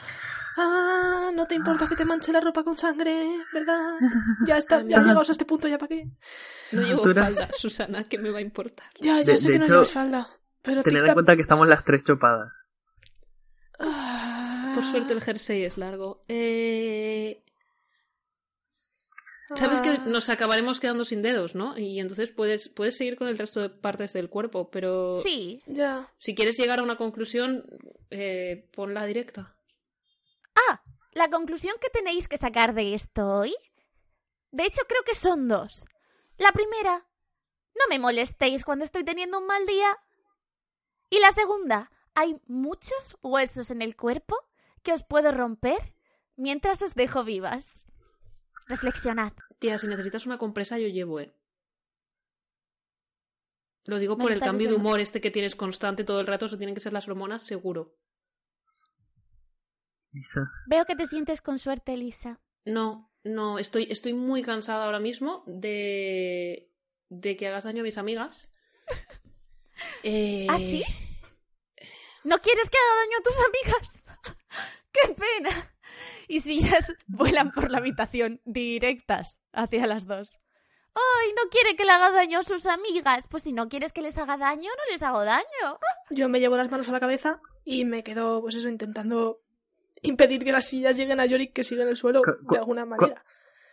Speaker 4: ah, no te importa que te manche la ropa con sangre, ¿verdad? Ya está, ya llegamos a este punto, ya para qué.
Speaker 3: No llevo
Speaker 5: Altura.
Speaker 3: falda, Susana, ¿qué me va a importar?
Speaker 4: Ya, ya
Speaker 5: De-
Speaker 4: sé
Speaker 5: de
Speaker 4: que no
Speaker 5: hecho,
Speaker 4: llevas falda. Pero
Speaker 5: Tened en
Speaker 4: tic-tac-
Speaker 5: cuenta que estamos las tres chopadas.
Speaker 4: Ah,
Speaker 3: Por suerte el jersey es largo. Eh... Sabes que
Speaker 4: ah.
Speaker 3: nos acabaremos quedando sin dedos, ¿no? Y entonces puedes, puedes seguir con el resto de partes del cuerpo, pero
Speaker 8: Sí.
Speaker 4: Ya.
Speaker 3: si quieres llegar a una conclusión, eh, ponla directa.
Speaker 8: Ah, la conclusión que tenéis que sacar de esto hoy. De hecho, creo que son dos. La primera, no me molestéis cuando estoy teniendo un mal día. Y la segunda, hay muchos huesos en el cuerpo que os puedo romper mientras os dejo vivas. Reflexionad.
Speaker 3: Tía, si necesitas una compresa, yo llevo, eh. Lo digo
Speaker 8: Me
Speaker 3: por el
Speaker 8: estás
Speaker 3: cambio de
Speaker 8: diciendo-
Speaker 3: humor este que tienes constante todo el rato, eso tienen que ser las hormonas, seguro.
Speaker 5: Lisa.
Speaker 8: Veo que te sientes con suerte, Lisa.
Speaker 3: No, no, estoy, estoy muy cansada ahora mismo de, de que hagas daño a mis amigas. Eh,
Speaker 8: [LAUGHS] ¿Ah, sí? ¿No quieres que haga daño a tus amigas? [LAUGHS] ¡Qué pena!
Speaker 6: Y sillas vuelan por la habitación directas hacia las dos.
Speaker 8: ¡Ay, no quiere que le haga daño a sus amigas! Pues si no quieres que les haga daño, no les hago daño.
Speaker 4: Yo me llevo las manos a la cabeza y me quedo, pues eso, intentando impedir que las sillas lleguen a Yorick que sigue en el suelo
Speaker 5: Cu- cu-
Speaker 4: de alguna
Speaker 5: cu-
Speaker 4: manera.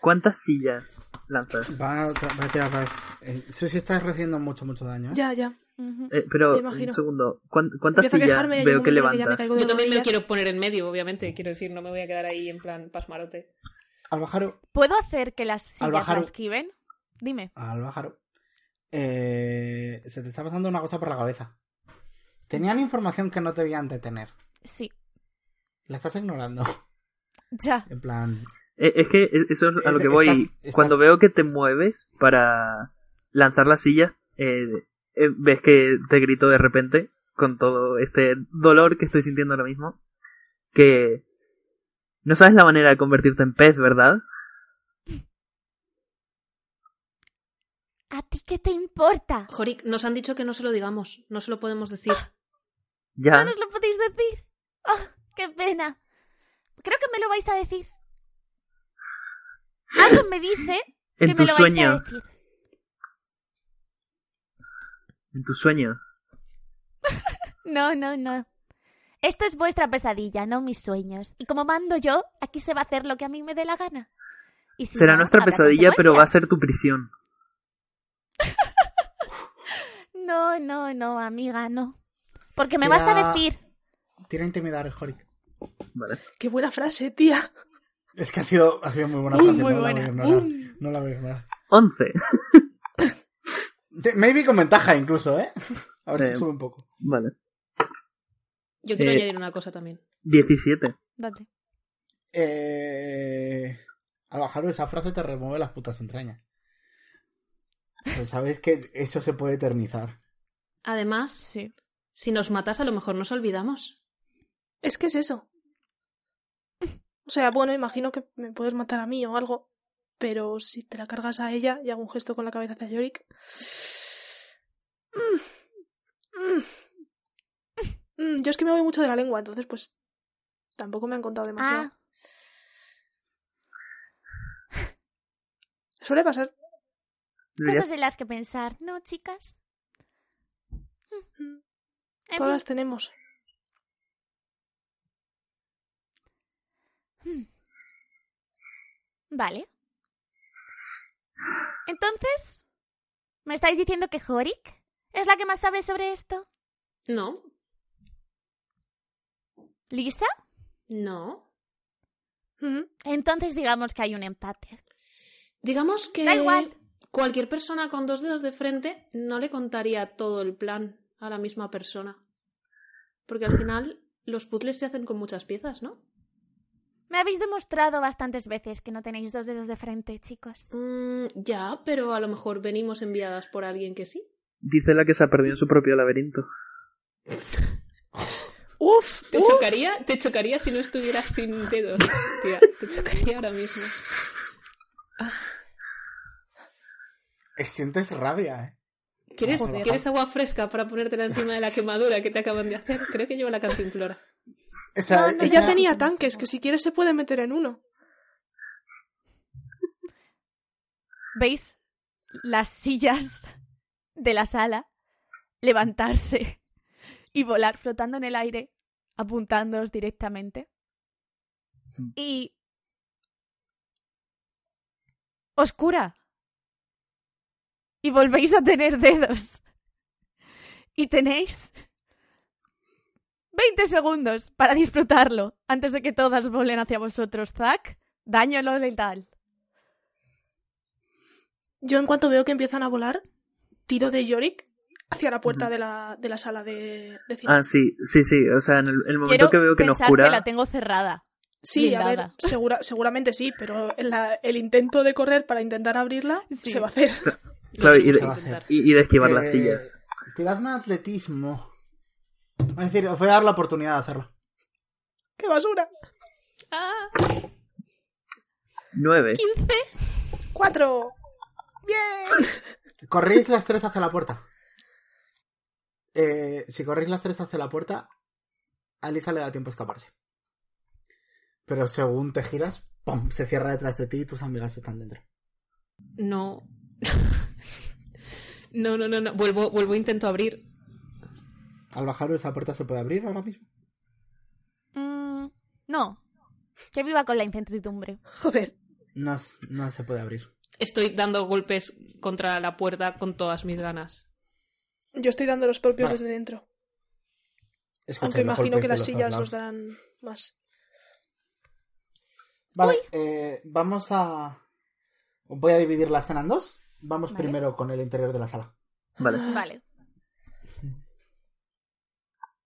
Speaker 5: ¿Cuántas sillas lanzas?
Speaker 1: Va a, tra- va a tirar otra vez. Eh, Susi está recibiendo mucho, mucho daño, ¿eh?
Speaker 4: Ya, ya.
Speaker 6: Ujú.
Speaker 5: Eh, pero,
Speaker 4: Me
Speaker 5: un
Speaker 4: imagino.
Speaker 5: segundo, ¿cuán- ¿cuántas
Speaker 4: Empiezo a
Speaker 5: sillas
Speaker 4: quejarme y hay un
Speaker 5: veo que
Speaker 4: momento en el ya me
Speaker 5: levantas?
Speaker 4: caigo de
Speaker 3: yo también me lo
Speaker 4: rodillas.
Speaker 3: quiero poner en medio, obviamente. Quiero decir, no me voy a quedar ahí en plan pasmarote.
Speaker 1: Al bajar.
Speaker 6: ¿Puedo hacer que las sillas
Speaker 1: bajar-
Speaker 6: la esquiven? Dime.
Speaker 1: Al bajar. Eh, se te está pasando una cosa por la cabeza. Tenían información que no debían de tener.
Speaker 6: Sí,
Speaker 1: La estás ignorando. [LAUGHS]
Speaker 6: ya.
Speaker 1: En plan.
Speaker 5: Eh, es que eso es a lo
Speaker 1: Es-
Speaker 5: que voy.
Speaker 1: estás- estás-
Speaker 5: Cuando veo que te mueves para lanzar las sillas, eh, eh, ves que te grito de repente, con todo este dolor que estoy sintiendo ahora mismo, que no sabes la manera de convertirte en pez, ¿verdad?
Speaker 8: ¿A ti qué te importa?
Speaker 3: Jorik, nos han dicho que no se lo digamos. No se lo podemos decir.
Speaker 5: Ya.
Speaker 8: No nos lo podéis decir. Ah, ¡Qué pena! Creo que me lo vais a decir.
Speaker 5: [LAUGHS]
Speaker 8: Algo me dice que
Speaker 5: En
Speaker 8: me
Speaker 5: tus
Speaker 8: lo vais a decir.
Speaker 5: sueños. En tus sueños.
Speaker 8: No, no, no. Esto es vuestra pesadilla, no mis sueños. Y como mando yo, aquí se va a hacer lo que a mí me dé la gana. Y si
Speaker 5: Será
Speaker 8: no,
Speaker 5: nuestra
Speaker 8: habrá
Speaker 5: pesadilla, pero va a
Speaker 8: consecuencias.
Speaker 5: ser tu prisión.
Speaker 8: No, no, no, amiga, no. Porque me
Speaker 1: Tira-
Speaker 8: vas a decir.
Speaker 1: Tira a intimidar, Jorik.
Speaker 5: Vale.
Speaker 4: Qué buena frase, tía.
Speaker 1: Es que ha sido, ha sido muy buena
Speaker 6: Muy,
Speaker 1: frase.
Speaker 6: muy
Speaker 1: no, La voy
Speaker 6: buena.
Speaker 1: a ignorar, no la voy a ignorar.
Speaker 5: 11.
Speaker 1: Te- Maybe con ventaja incluso, ¿eh? [LAUGHS] A ver
Speaker 5: Eh,
Speaker 1: si sube un poco.
Speaker 5: Vale.
Speaker 3: Yo quiero
Speaker 5: Eh.
Speaker 3: añadir una cosa también.
Speaker 5: 17.
Speaker 6: Date.
Speaker 1: Eh, al bajarlo esa frase te remueve las putas entrañas. Pero sabes que eso se puede eternizar.
Speaker 3: Además,
Speaker 6: Sí.
Speaker 8: Ah,
Speaker 3: si nos matas, a lo mejor nos olvidamos.
Speaker 4: Es que es eso. O sea, bueno, imagino que me puedes matar a mí o algo. Pero si te la cargas a ella y hago un gesto con la cabeza hacia Yorick. Mm. Mm. Mm, Yo es que me voy mucho de la lengua, entonces pues tampoco me han contado demasiado.
Speaker 8: Ah,
Speaker 4: Suele pasar.
Speaker 6: Pues
Speaker 8: cosas en las que pensar, ¿no, chicas? Em,
Speaker 4: Mm,
Speaker 8: En
Speaker 4: Todas tenemos.
Speaker 8: fin. Hmm. Vale. Entonces, ¿me estáis diciendo que Jorik es la que más sabe sobre esto?
Speaker 3: No,
Speaker 8: ¿Lisa?
Speaker 3: no.
Speaker 4: Mm.
Speaker 8: Entonces digamos que hay un empate.
Speaker 3: Digamos que
Speaker 8: Da igual.
Speaker 3: cualquier persona con dos dedos de frente no le contaría todo el plan a la misma persona. Porque al final los puzzles se hacen con muchas piezas, ¿no?
Speaker 8: Me habéis demostrado bastantes veces que no tenéis dos dedos de frente, chicos.
Speaker 3: Mm, ya, pero a lo mejor venimos enviadas por alguien que sí.
Speaker 5: Dice la que se ha perdido en su propio laberinto.
Speaker 4: Uf,
Speaker 3: Te
Speaker 4: uf.
Speaker 3: chocaría, te chocaría si no estuvieras sin dedos, tía. Te chocaría ahora mismo.
Speaker 1: Eh, Sientes rabia, ¿eh?
Speaker 3: ¿Quieres,
Speaker 1: Joder.
Speaker 3: quieres agua fresca para ponértela encima de la quemadura que te acaban de hacer? Creo que llevo la cantinflora.
Speaker 1: O sea,
Speaker 8: No, no,
Speaker 1: esa-
Speaker 4: Ella tenía tanques que si quieres se puede meter en uno.
Speaker 6: ¿Veis las sillas de la sala levantarse y volar flotando en el aire, apuntándoos directamente? Y... Oscura. Y volvéis a tener dedos. Y tenéis 20 segundos para disfrutarlo antes de que todas volen hacia vosotros. Zack, daño letal.
Speaker 4: Yo en cuanto veo que empiezan a volar, tiro de Yorick hacia la puerta de la, de la sala de, de cine.
Speaker 5: Ah, sí, sí, sí. O sea, en el, el momento
Speaker 6: Quiero
Speaker 5: que veo que nos
Speaker 6: pensar
Speaker 5: cura.
Speaker 6: que la tengo cerrada.
Speaker 4: Sí,
Speaker 6: Bien
Speaker 4: a ver,
Speaker 6: dada.
Speaker 4: segura, seguramente sí, pero la- el intento de correr para intentar abrirla
Speaker 6: Sí.
Speaker 4: se va a hacer. [LAUGHS]
Speaker 3: Lo
Speaker 5: Claro, y
Speaker 3: tenemos que
Speaker 5: de-
Speaker 1: Se va a
Speaker 3: intentar.
Speaker 5: Y, y de esquivar las
Speaker 1: Eh,
Speaker 5: sillas.
Speaker 1: Tiradme atletismo. Es decir, os voy a dar la oportunidad de hacerlo.
Speaker 4: ¡Qué basura!
Speaker 3: Ah,
Speaker 5: Nueve.
Speaker 3: 15.
Speaker 4: ¡Cuatro! ¡Bien!
Speaker 1: Corréis las tres hacia la puerta. eh, si corréis las tres hacia la puerta, a Lisa le da tiempo a escaparse. Pero según te giras, ¡pum! se cierra detrás de ti y tus amigas están dentro.
Speaker 3: No. [LAUGHS] no, no, no, no. Vuelvo, vuelvo, intento abrir.
Speaker 1: Al bajar esa puerta se puede abrir ahora mismo.
Speaker 6: Mm, no. Que viva con
Speaker 5: [GASPS]
Speaker 6: la incertidumbre.
Speaker 4: Joder.
Speaker 1: No, no se puede abrir.
Speaker 3: Estoy dando golpes contra la puerta con todas mis ganas.
Speaker 4: Yo estoy dando los propios vale. desde dentro. Aunque imagino que las sillas os darán más.
Speaker 1: Vale, eh, vamos a. Voy a dividir la escena en dos. Vamos
Speaker 9: Vale.
Speaker 1: primero con el interior de la sala.
Speaker 5: Vale.
Speaker 9: Vale.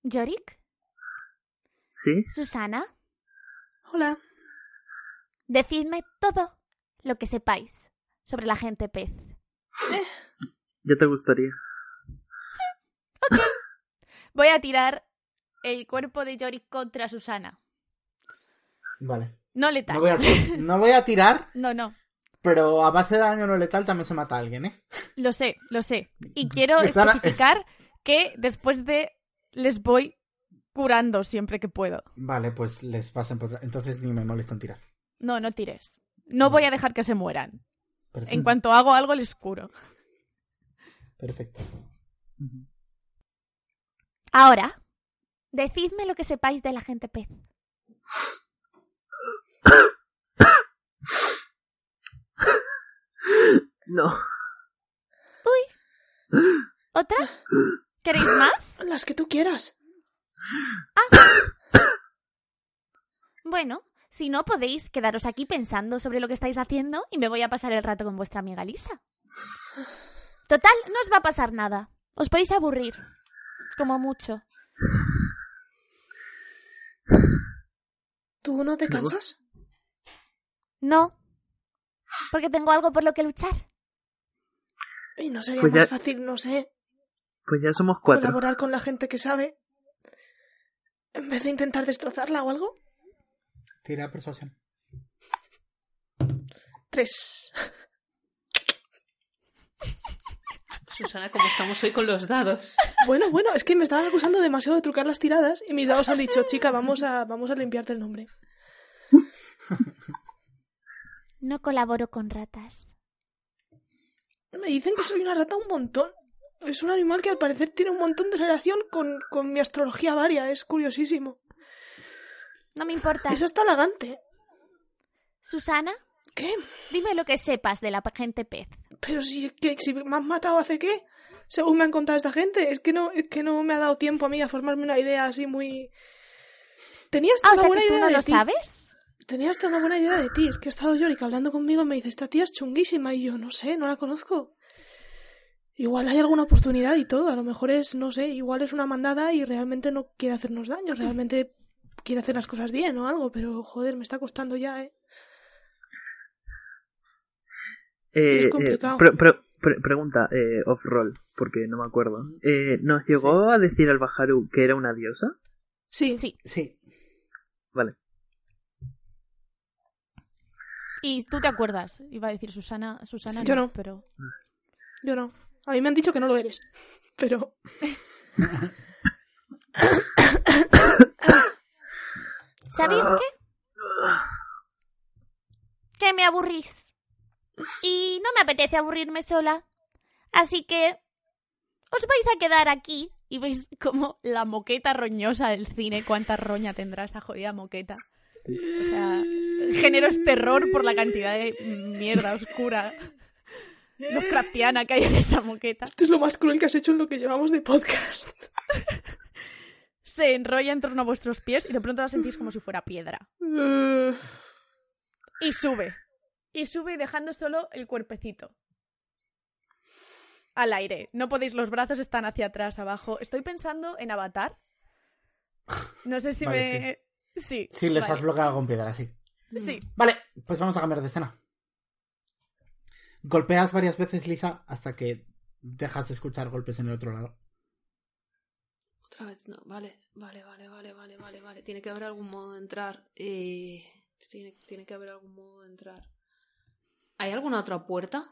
Speaker 6: Yorick,
Speaker 5: ¿Sí?
Speaker 6: Susana,
Speaker 4: Hola.
Speaker 6: decidme todo lo que sepáis sobre la gente pez.
Speaker 5: Ya te gustaría.
Speaker 9: Voy a tirar el cuerpo de Yorick contra Susana.
Speaker 1: Vale.
Speaker 9: No letal.
Speaker 1: No voy, a, no voy a tirar,
Speaker 9: no, no.
Speaker 1: pero a base de daño no letal también se mata a alguien, ¿eh?
Speaker 9: Lo sé, lo sé. Y quiero
Speaker 1: Mm, Susana-
Speaker 9: especificar que después de les voy curando siempre que puedo.
Speaker 1: Vale, pues les pasan por... Entonces ni me molestan tirar.
Speaker 9: No, no tires. No voy a dejar que se mueran.
Speaker 1: Perfecto.
Speaker 4: Mm.
Speaker 9: En cuanto hago algo, les curo.
Speaker 1: Perfecto.
Speaker 6: Ahora, decidme lo que sepáis de la gente pez.
Speaker 5: No.
Speaker 6: ¿Otra?
Speaker 4: [GASPS]
Speaker 6: ¿Queréis más?
Speaker 4: Las que tú quieras.
Speaker 6: Bueno, si no, podéis quedaros aquí pensando sobre lo que estáis haciendo y me voy a pasar el rato con vuestra amiga Lisa. Total, no os va a pasar nada. Os podéis aburrir. Como mucho.
Speaker 4: ¿Tú no te cansas?
Speaker 6: No. Porque tengo algo por lo que luchar.
Speaker 4: Y no sería
Speaker 5: Pues ya-
Speaker 4: más fácil, no sé,
Speaker 5: Pues ya somos cuatro.
Speaker 4: colaborar con la gente que sabe. En vez de intentar destrozarla o algo.
Speaker 1: Tira persuasión.
Speaker 4: Tres. [LAUGHS]
Speaker 3: Susana, como estamos hoy con los dados.
Speaker 4: Bueno, bueno, es que me estaban acusando demasiado de trucar las tiradas y mis dados han dicho, chica, vamos a, vamos a limpiarte el nombre.
Speaker 6: No colaboro con ratas.
Speaker 4: Me dicen que soy una rata un montón. Es un animal que al parecer tiene un montón de relación con, con mi astrología varia, es curiosísimo.
Speaker 6: No me importa.
Speaker 4: Eso está halagante. ¿eh?
Speaker 6: Susana,
Speaker 4: ¿Qué?
Speaker 6: dime lo que sepas de la gente pez.
Speaker 4: Pero si, que, si me han matado hace qué, según me han contado esta gente, es que no, es que no me ha dado tiempo a mí a formarme una idea así muy. Tenías
Speaker 6: Ah, o
Speaker 4: una
Speaker 6: sea que
Speaker 4: buena
Speaker 6: tú
Speaker 4: idea
Speaker 6: no
Speaker 4: de
Speaker 6: lo
Speaker 4: ti.
Speaker 6: sabes.
Speaker 4: Tenía hasta una buena idea de ti. Es que ha estado Yorick hablando conmigo y me dice, esta tía es chunguísima. Y yo, no sé, no la conozco. Igual hay alguna oportunidad y todo. A lo mejor es, no sé, igual es una mandada y realmente no quiere hacernos daño. Realmente quiere hacer las cosas bien o algo. Pero, joder, me está costando ya, ¿eh?
Speaker 5: Eh,
Speaker 4: Es
Speaker 5: eh,
Speaker 4: complicado.
Speaker 5: pre- pre- pre- pregunta eh, off-roll, porque no me acuerdo. Eh, ¿Nos llegó a decir al Bajaru que era una diosa?
Speaker 4: Sí.
Speaker 9: Sí.
Speaker 1: Sí.
Speaker 5: Vale.
Speaker 9: Y tú te acuerdas. Iba a decir Susana, Susana
Speaker 4: Yo
Speaker 9: no,
Speaker 4: no.
Speaker 9: pero
Speaker 4: Yo no. A mí me han dicho que no lo eres. [LAUGHS] Pero...
Speaker 6: ¿Sabéis qué? Que me aburrís. Y no me apetece aburrirme sola. Así que os vais a quedar aquí.
Speaker 9: y veis como la moqueta roñosa del cine, cuánta roña tendrá esa jodida moqueta. O sea, el género es terror por la cantidad de mierda oscura Lovecraftiana que hay en esa moqueta.
Speaker 4: Esto este es lo más cruel que has hecho en lo que llevamos de podcast.
Speaker 9: Se enrolla en torno a vuestros pies y de pronto la sentís como si fuera piedra.
Speaker 4: [LAUGHS] Eh,
Speaker 9: Y sube. Y sube dejando solo el cuerpecito. Al aire. No podéis, los brazos están hacia atrás, abajo. Estoy pensando en Avatar. No sé si
Speaker 1: Vale,
Speaker 9: me. Sí.
Speaker 1: Sí, les has
Speaker 9: vale.
Speaker 1: bloqueado con piedra, sí.
Speaker 9: Sí.
Speaker 1: Vale, pues vamos a cambiar de escena. Golpeas varias veces, Lisa, hasta que dejas de escuchar golpes en el otro lado.
Speaker 3: Otra vez no. Vale, vale, vale, vale, vale, vale, vale. Tiene que haber algún modo de entrar. Eh, tiene, tiene que haber algún modo de entrar. ¿Hay alguna otra puerta?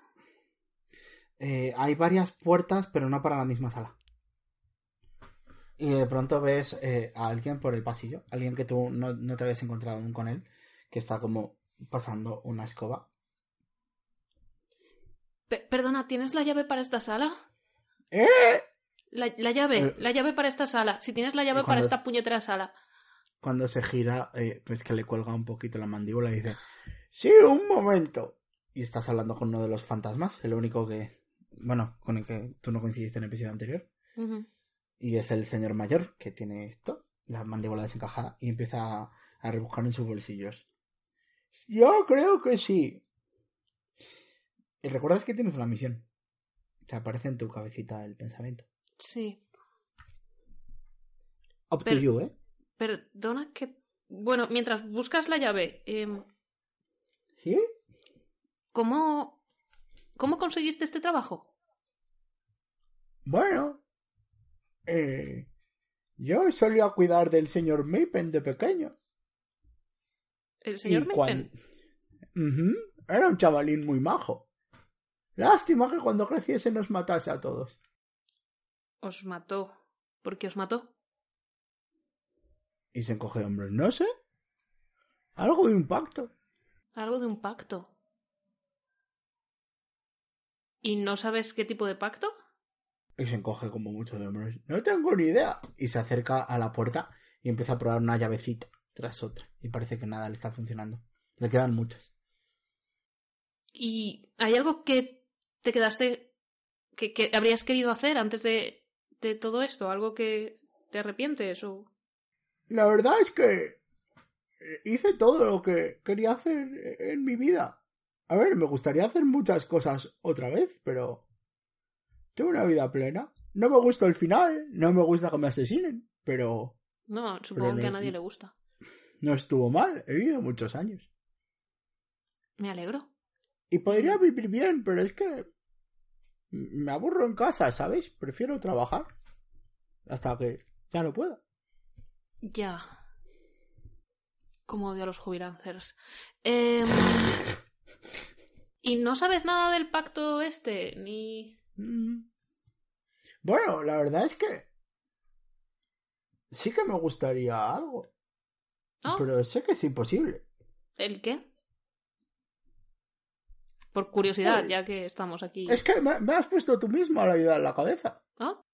Speaker 1: Eh, hay varias puertas, pero no para la misma sala. Y de pronto ves eh, a alguien por el pasillo, alguien que tú no, no te habías encontrado aún con él, que está como pasando una escoba.
Speaker 3: Pe- perdona, ¿tienes la llave para esta sala?
Speaker 1: ¿Eh?
Speaker 3: La, la llave,
Speaker 1: Eh.
Speaker 3: la llave para esta sala. Si tienes la llave
Speaker 1: ¿Y
Speaker 3: para
Speaker 1: cuándo
Speaker 3: esta
Speaker 1: es?
Speaker 3: puñetera sala.
Speaker 1: Cuando se gira, eh, ves que le cuelga un poquito la mandíbula y dice, sí, un momento. Y estás hablando con uno de los fantasmas, el único que, bueno, con el que tú no coincidiste en el episodio anterior.
Speaker 3: Ujú.
Speaker 1: Y es el señor mayor que tiene esto, la mandíbula desencajada, y empieza a, a rebuscar en sus bolsillos. Yo creo que sí. Y recuerdas que tienes una misión. Te aparece en tu cabecita el pensamiento.
Speaker 3: Sí.
Speaker 1: Up
Speaker 3: Pero-
Speaker 1: to you, ¿eh?
Speaker 3: Perdona que. Bueno, mientras buscas la llave, em,
Speaker 1: ¿Sí?
Speaker 3: ¿cómo. ¿Cómo conseguiste este trabajo?
Speaker 1: Bueno. eh, yo solía cuidar del señor Mapen de pequeño.
Speaker 3: El señor
Speaker 1: Y
Speaker 3: Mapen.
Speaker 1: cuan- Ujú, Era un chavalín muy majo. Lástima que cuando creciese nos matase a todos.
Speaker 3: Os mató. ¿Por qué os mató?
Speaker 1: Y se encoge de hombros. No sé. Algo de impacto.
Speaker 3: Algo de un pacto. ¿Y no sabes qué tipo de pacto?
Speaker 1: Y se encoge como mucho de hombros. No tengo ni idea. Y se acerca a la puerta y empieza a probar una llavecita tras otra. Y parece que nada le está funcionando. Le quedan muchas.
Speaker 3: ¿Y hay algo que te quedaste. que, que habrías querido hacer antes de, de todo esto? ¿Algo que te arrepientes o.?
Speaker 1: La verdad es que eh, hice todo lo que quería hacer en mi vida. A ver, me gustaría hacer muchas cosas otra vez, pero tengo una vida plena. No me gusta el final, no me gusta que me asesinen, pero
Speaker 3: No, supongo
Speaker 1: Pero
Speaker 3: que a
Speaker 1: no-
Speaker 3: nadie le gusta.
Speaker 1: no estuvo mal, he vivido muchos años.
Speaker 3: Me alegro.
Speaker 1: Y podría vivir bien, pero es que me aburro en casa, ¿sabes? Prefiero trabajar hasta que ya no pueda.
Speaker 3: Ya. Como odio a los jubilancers. Em, y no sabes nada del pacto este, ni.
Speaker 1: Mm. Bueno, la verdad es que sí que me gustaría algo,
Speaker 3: ¿No?
Speaker 1: pero sé que es imposible.
Speaker 3: ¿El qué? Por curiosidad,
Speaker 1: Pues-
Speaker 3: ya que estamos aquí.
Speaker 1: Es que me, me has puesto tú misma la idea en la cabeza.
Speaker 3: ¿no?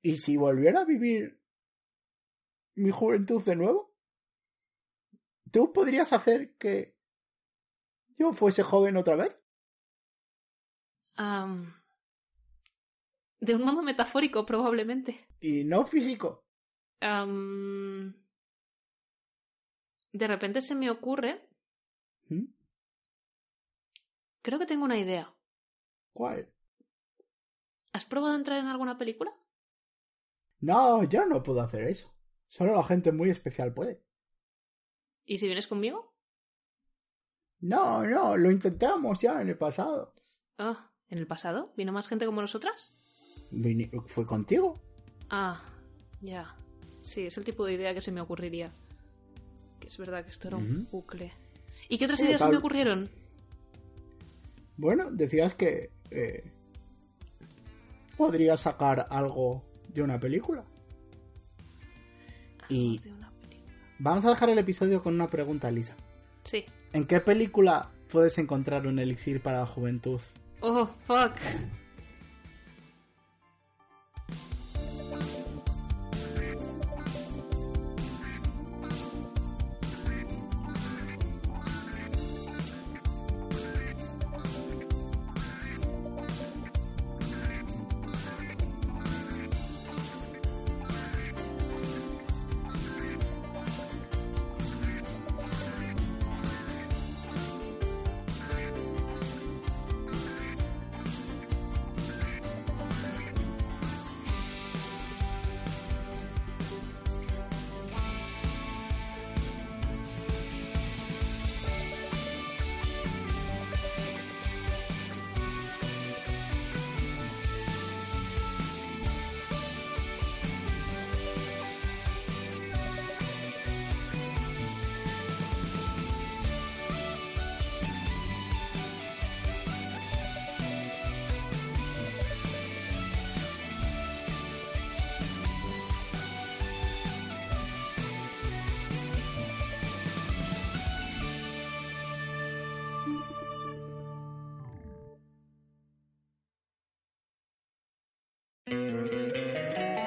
Speaker 1: ¿Y si volviera a vivir mi juventud de nuevo? ¿Tú podrías hacer que yo fuese joven otra vez?
Speaker 3: Am, de un modo metafórico, probablemente.
Speaker 1: Y no físico.
Speaker 3: Am, de repente se me ocurre.
Speaker 1: ¿Mm?
Speaker 3: Creo que tengo una idea.
Speaker 1: ¿Cuál?
Speaker 3: ¿Has probado a entrar en alguna película?
Speaker 1: No, yo no puedo hacer eso. Solo la gente muy especial puede.
Speaker 3: ¿Y si vienes conmigo?
Speaker 1: No, no, lo intentamos ya en el pasado.
Speaker 3: Ah, ¿en el pasado? ¿Vino más gente como nosotras?
Speaker 1: Vini- fue contigo.
Speaker 3: Ah, ya. Sí, es el tipo de idea que se me ocurriría. Que es verdad que esto era un
Speaker 1: Ujú.
Speaker 3: bucle. ¿Y qué otras
Speaker 1: Bueno,
Speaker 3: ideas se
Speaker 1: tal-
Speaker 3: me ocurrieron?
Speaker 1: Bueno, decías que eh, podría sacar algo de una película. Y
Speaker 3: De una película.
Speaker 1: vamos a dejar el episodio con una pregunta, Lisa.
Speaker 3: Sí.
Speaker 1: ¿En qué película puedes encontrar un elixir para la juventud?
Speaker 3: Oh, fuck.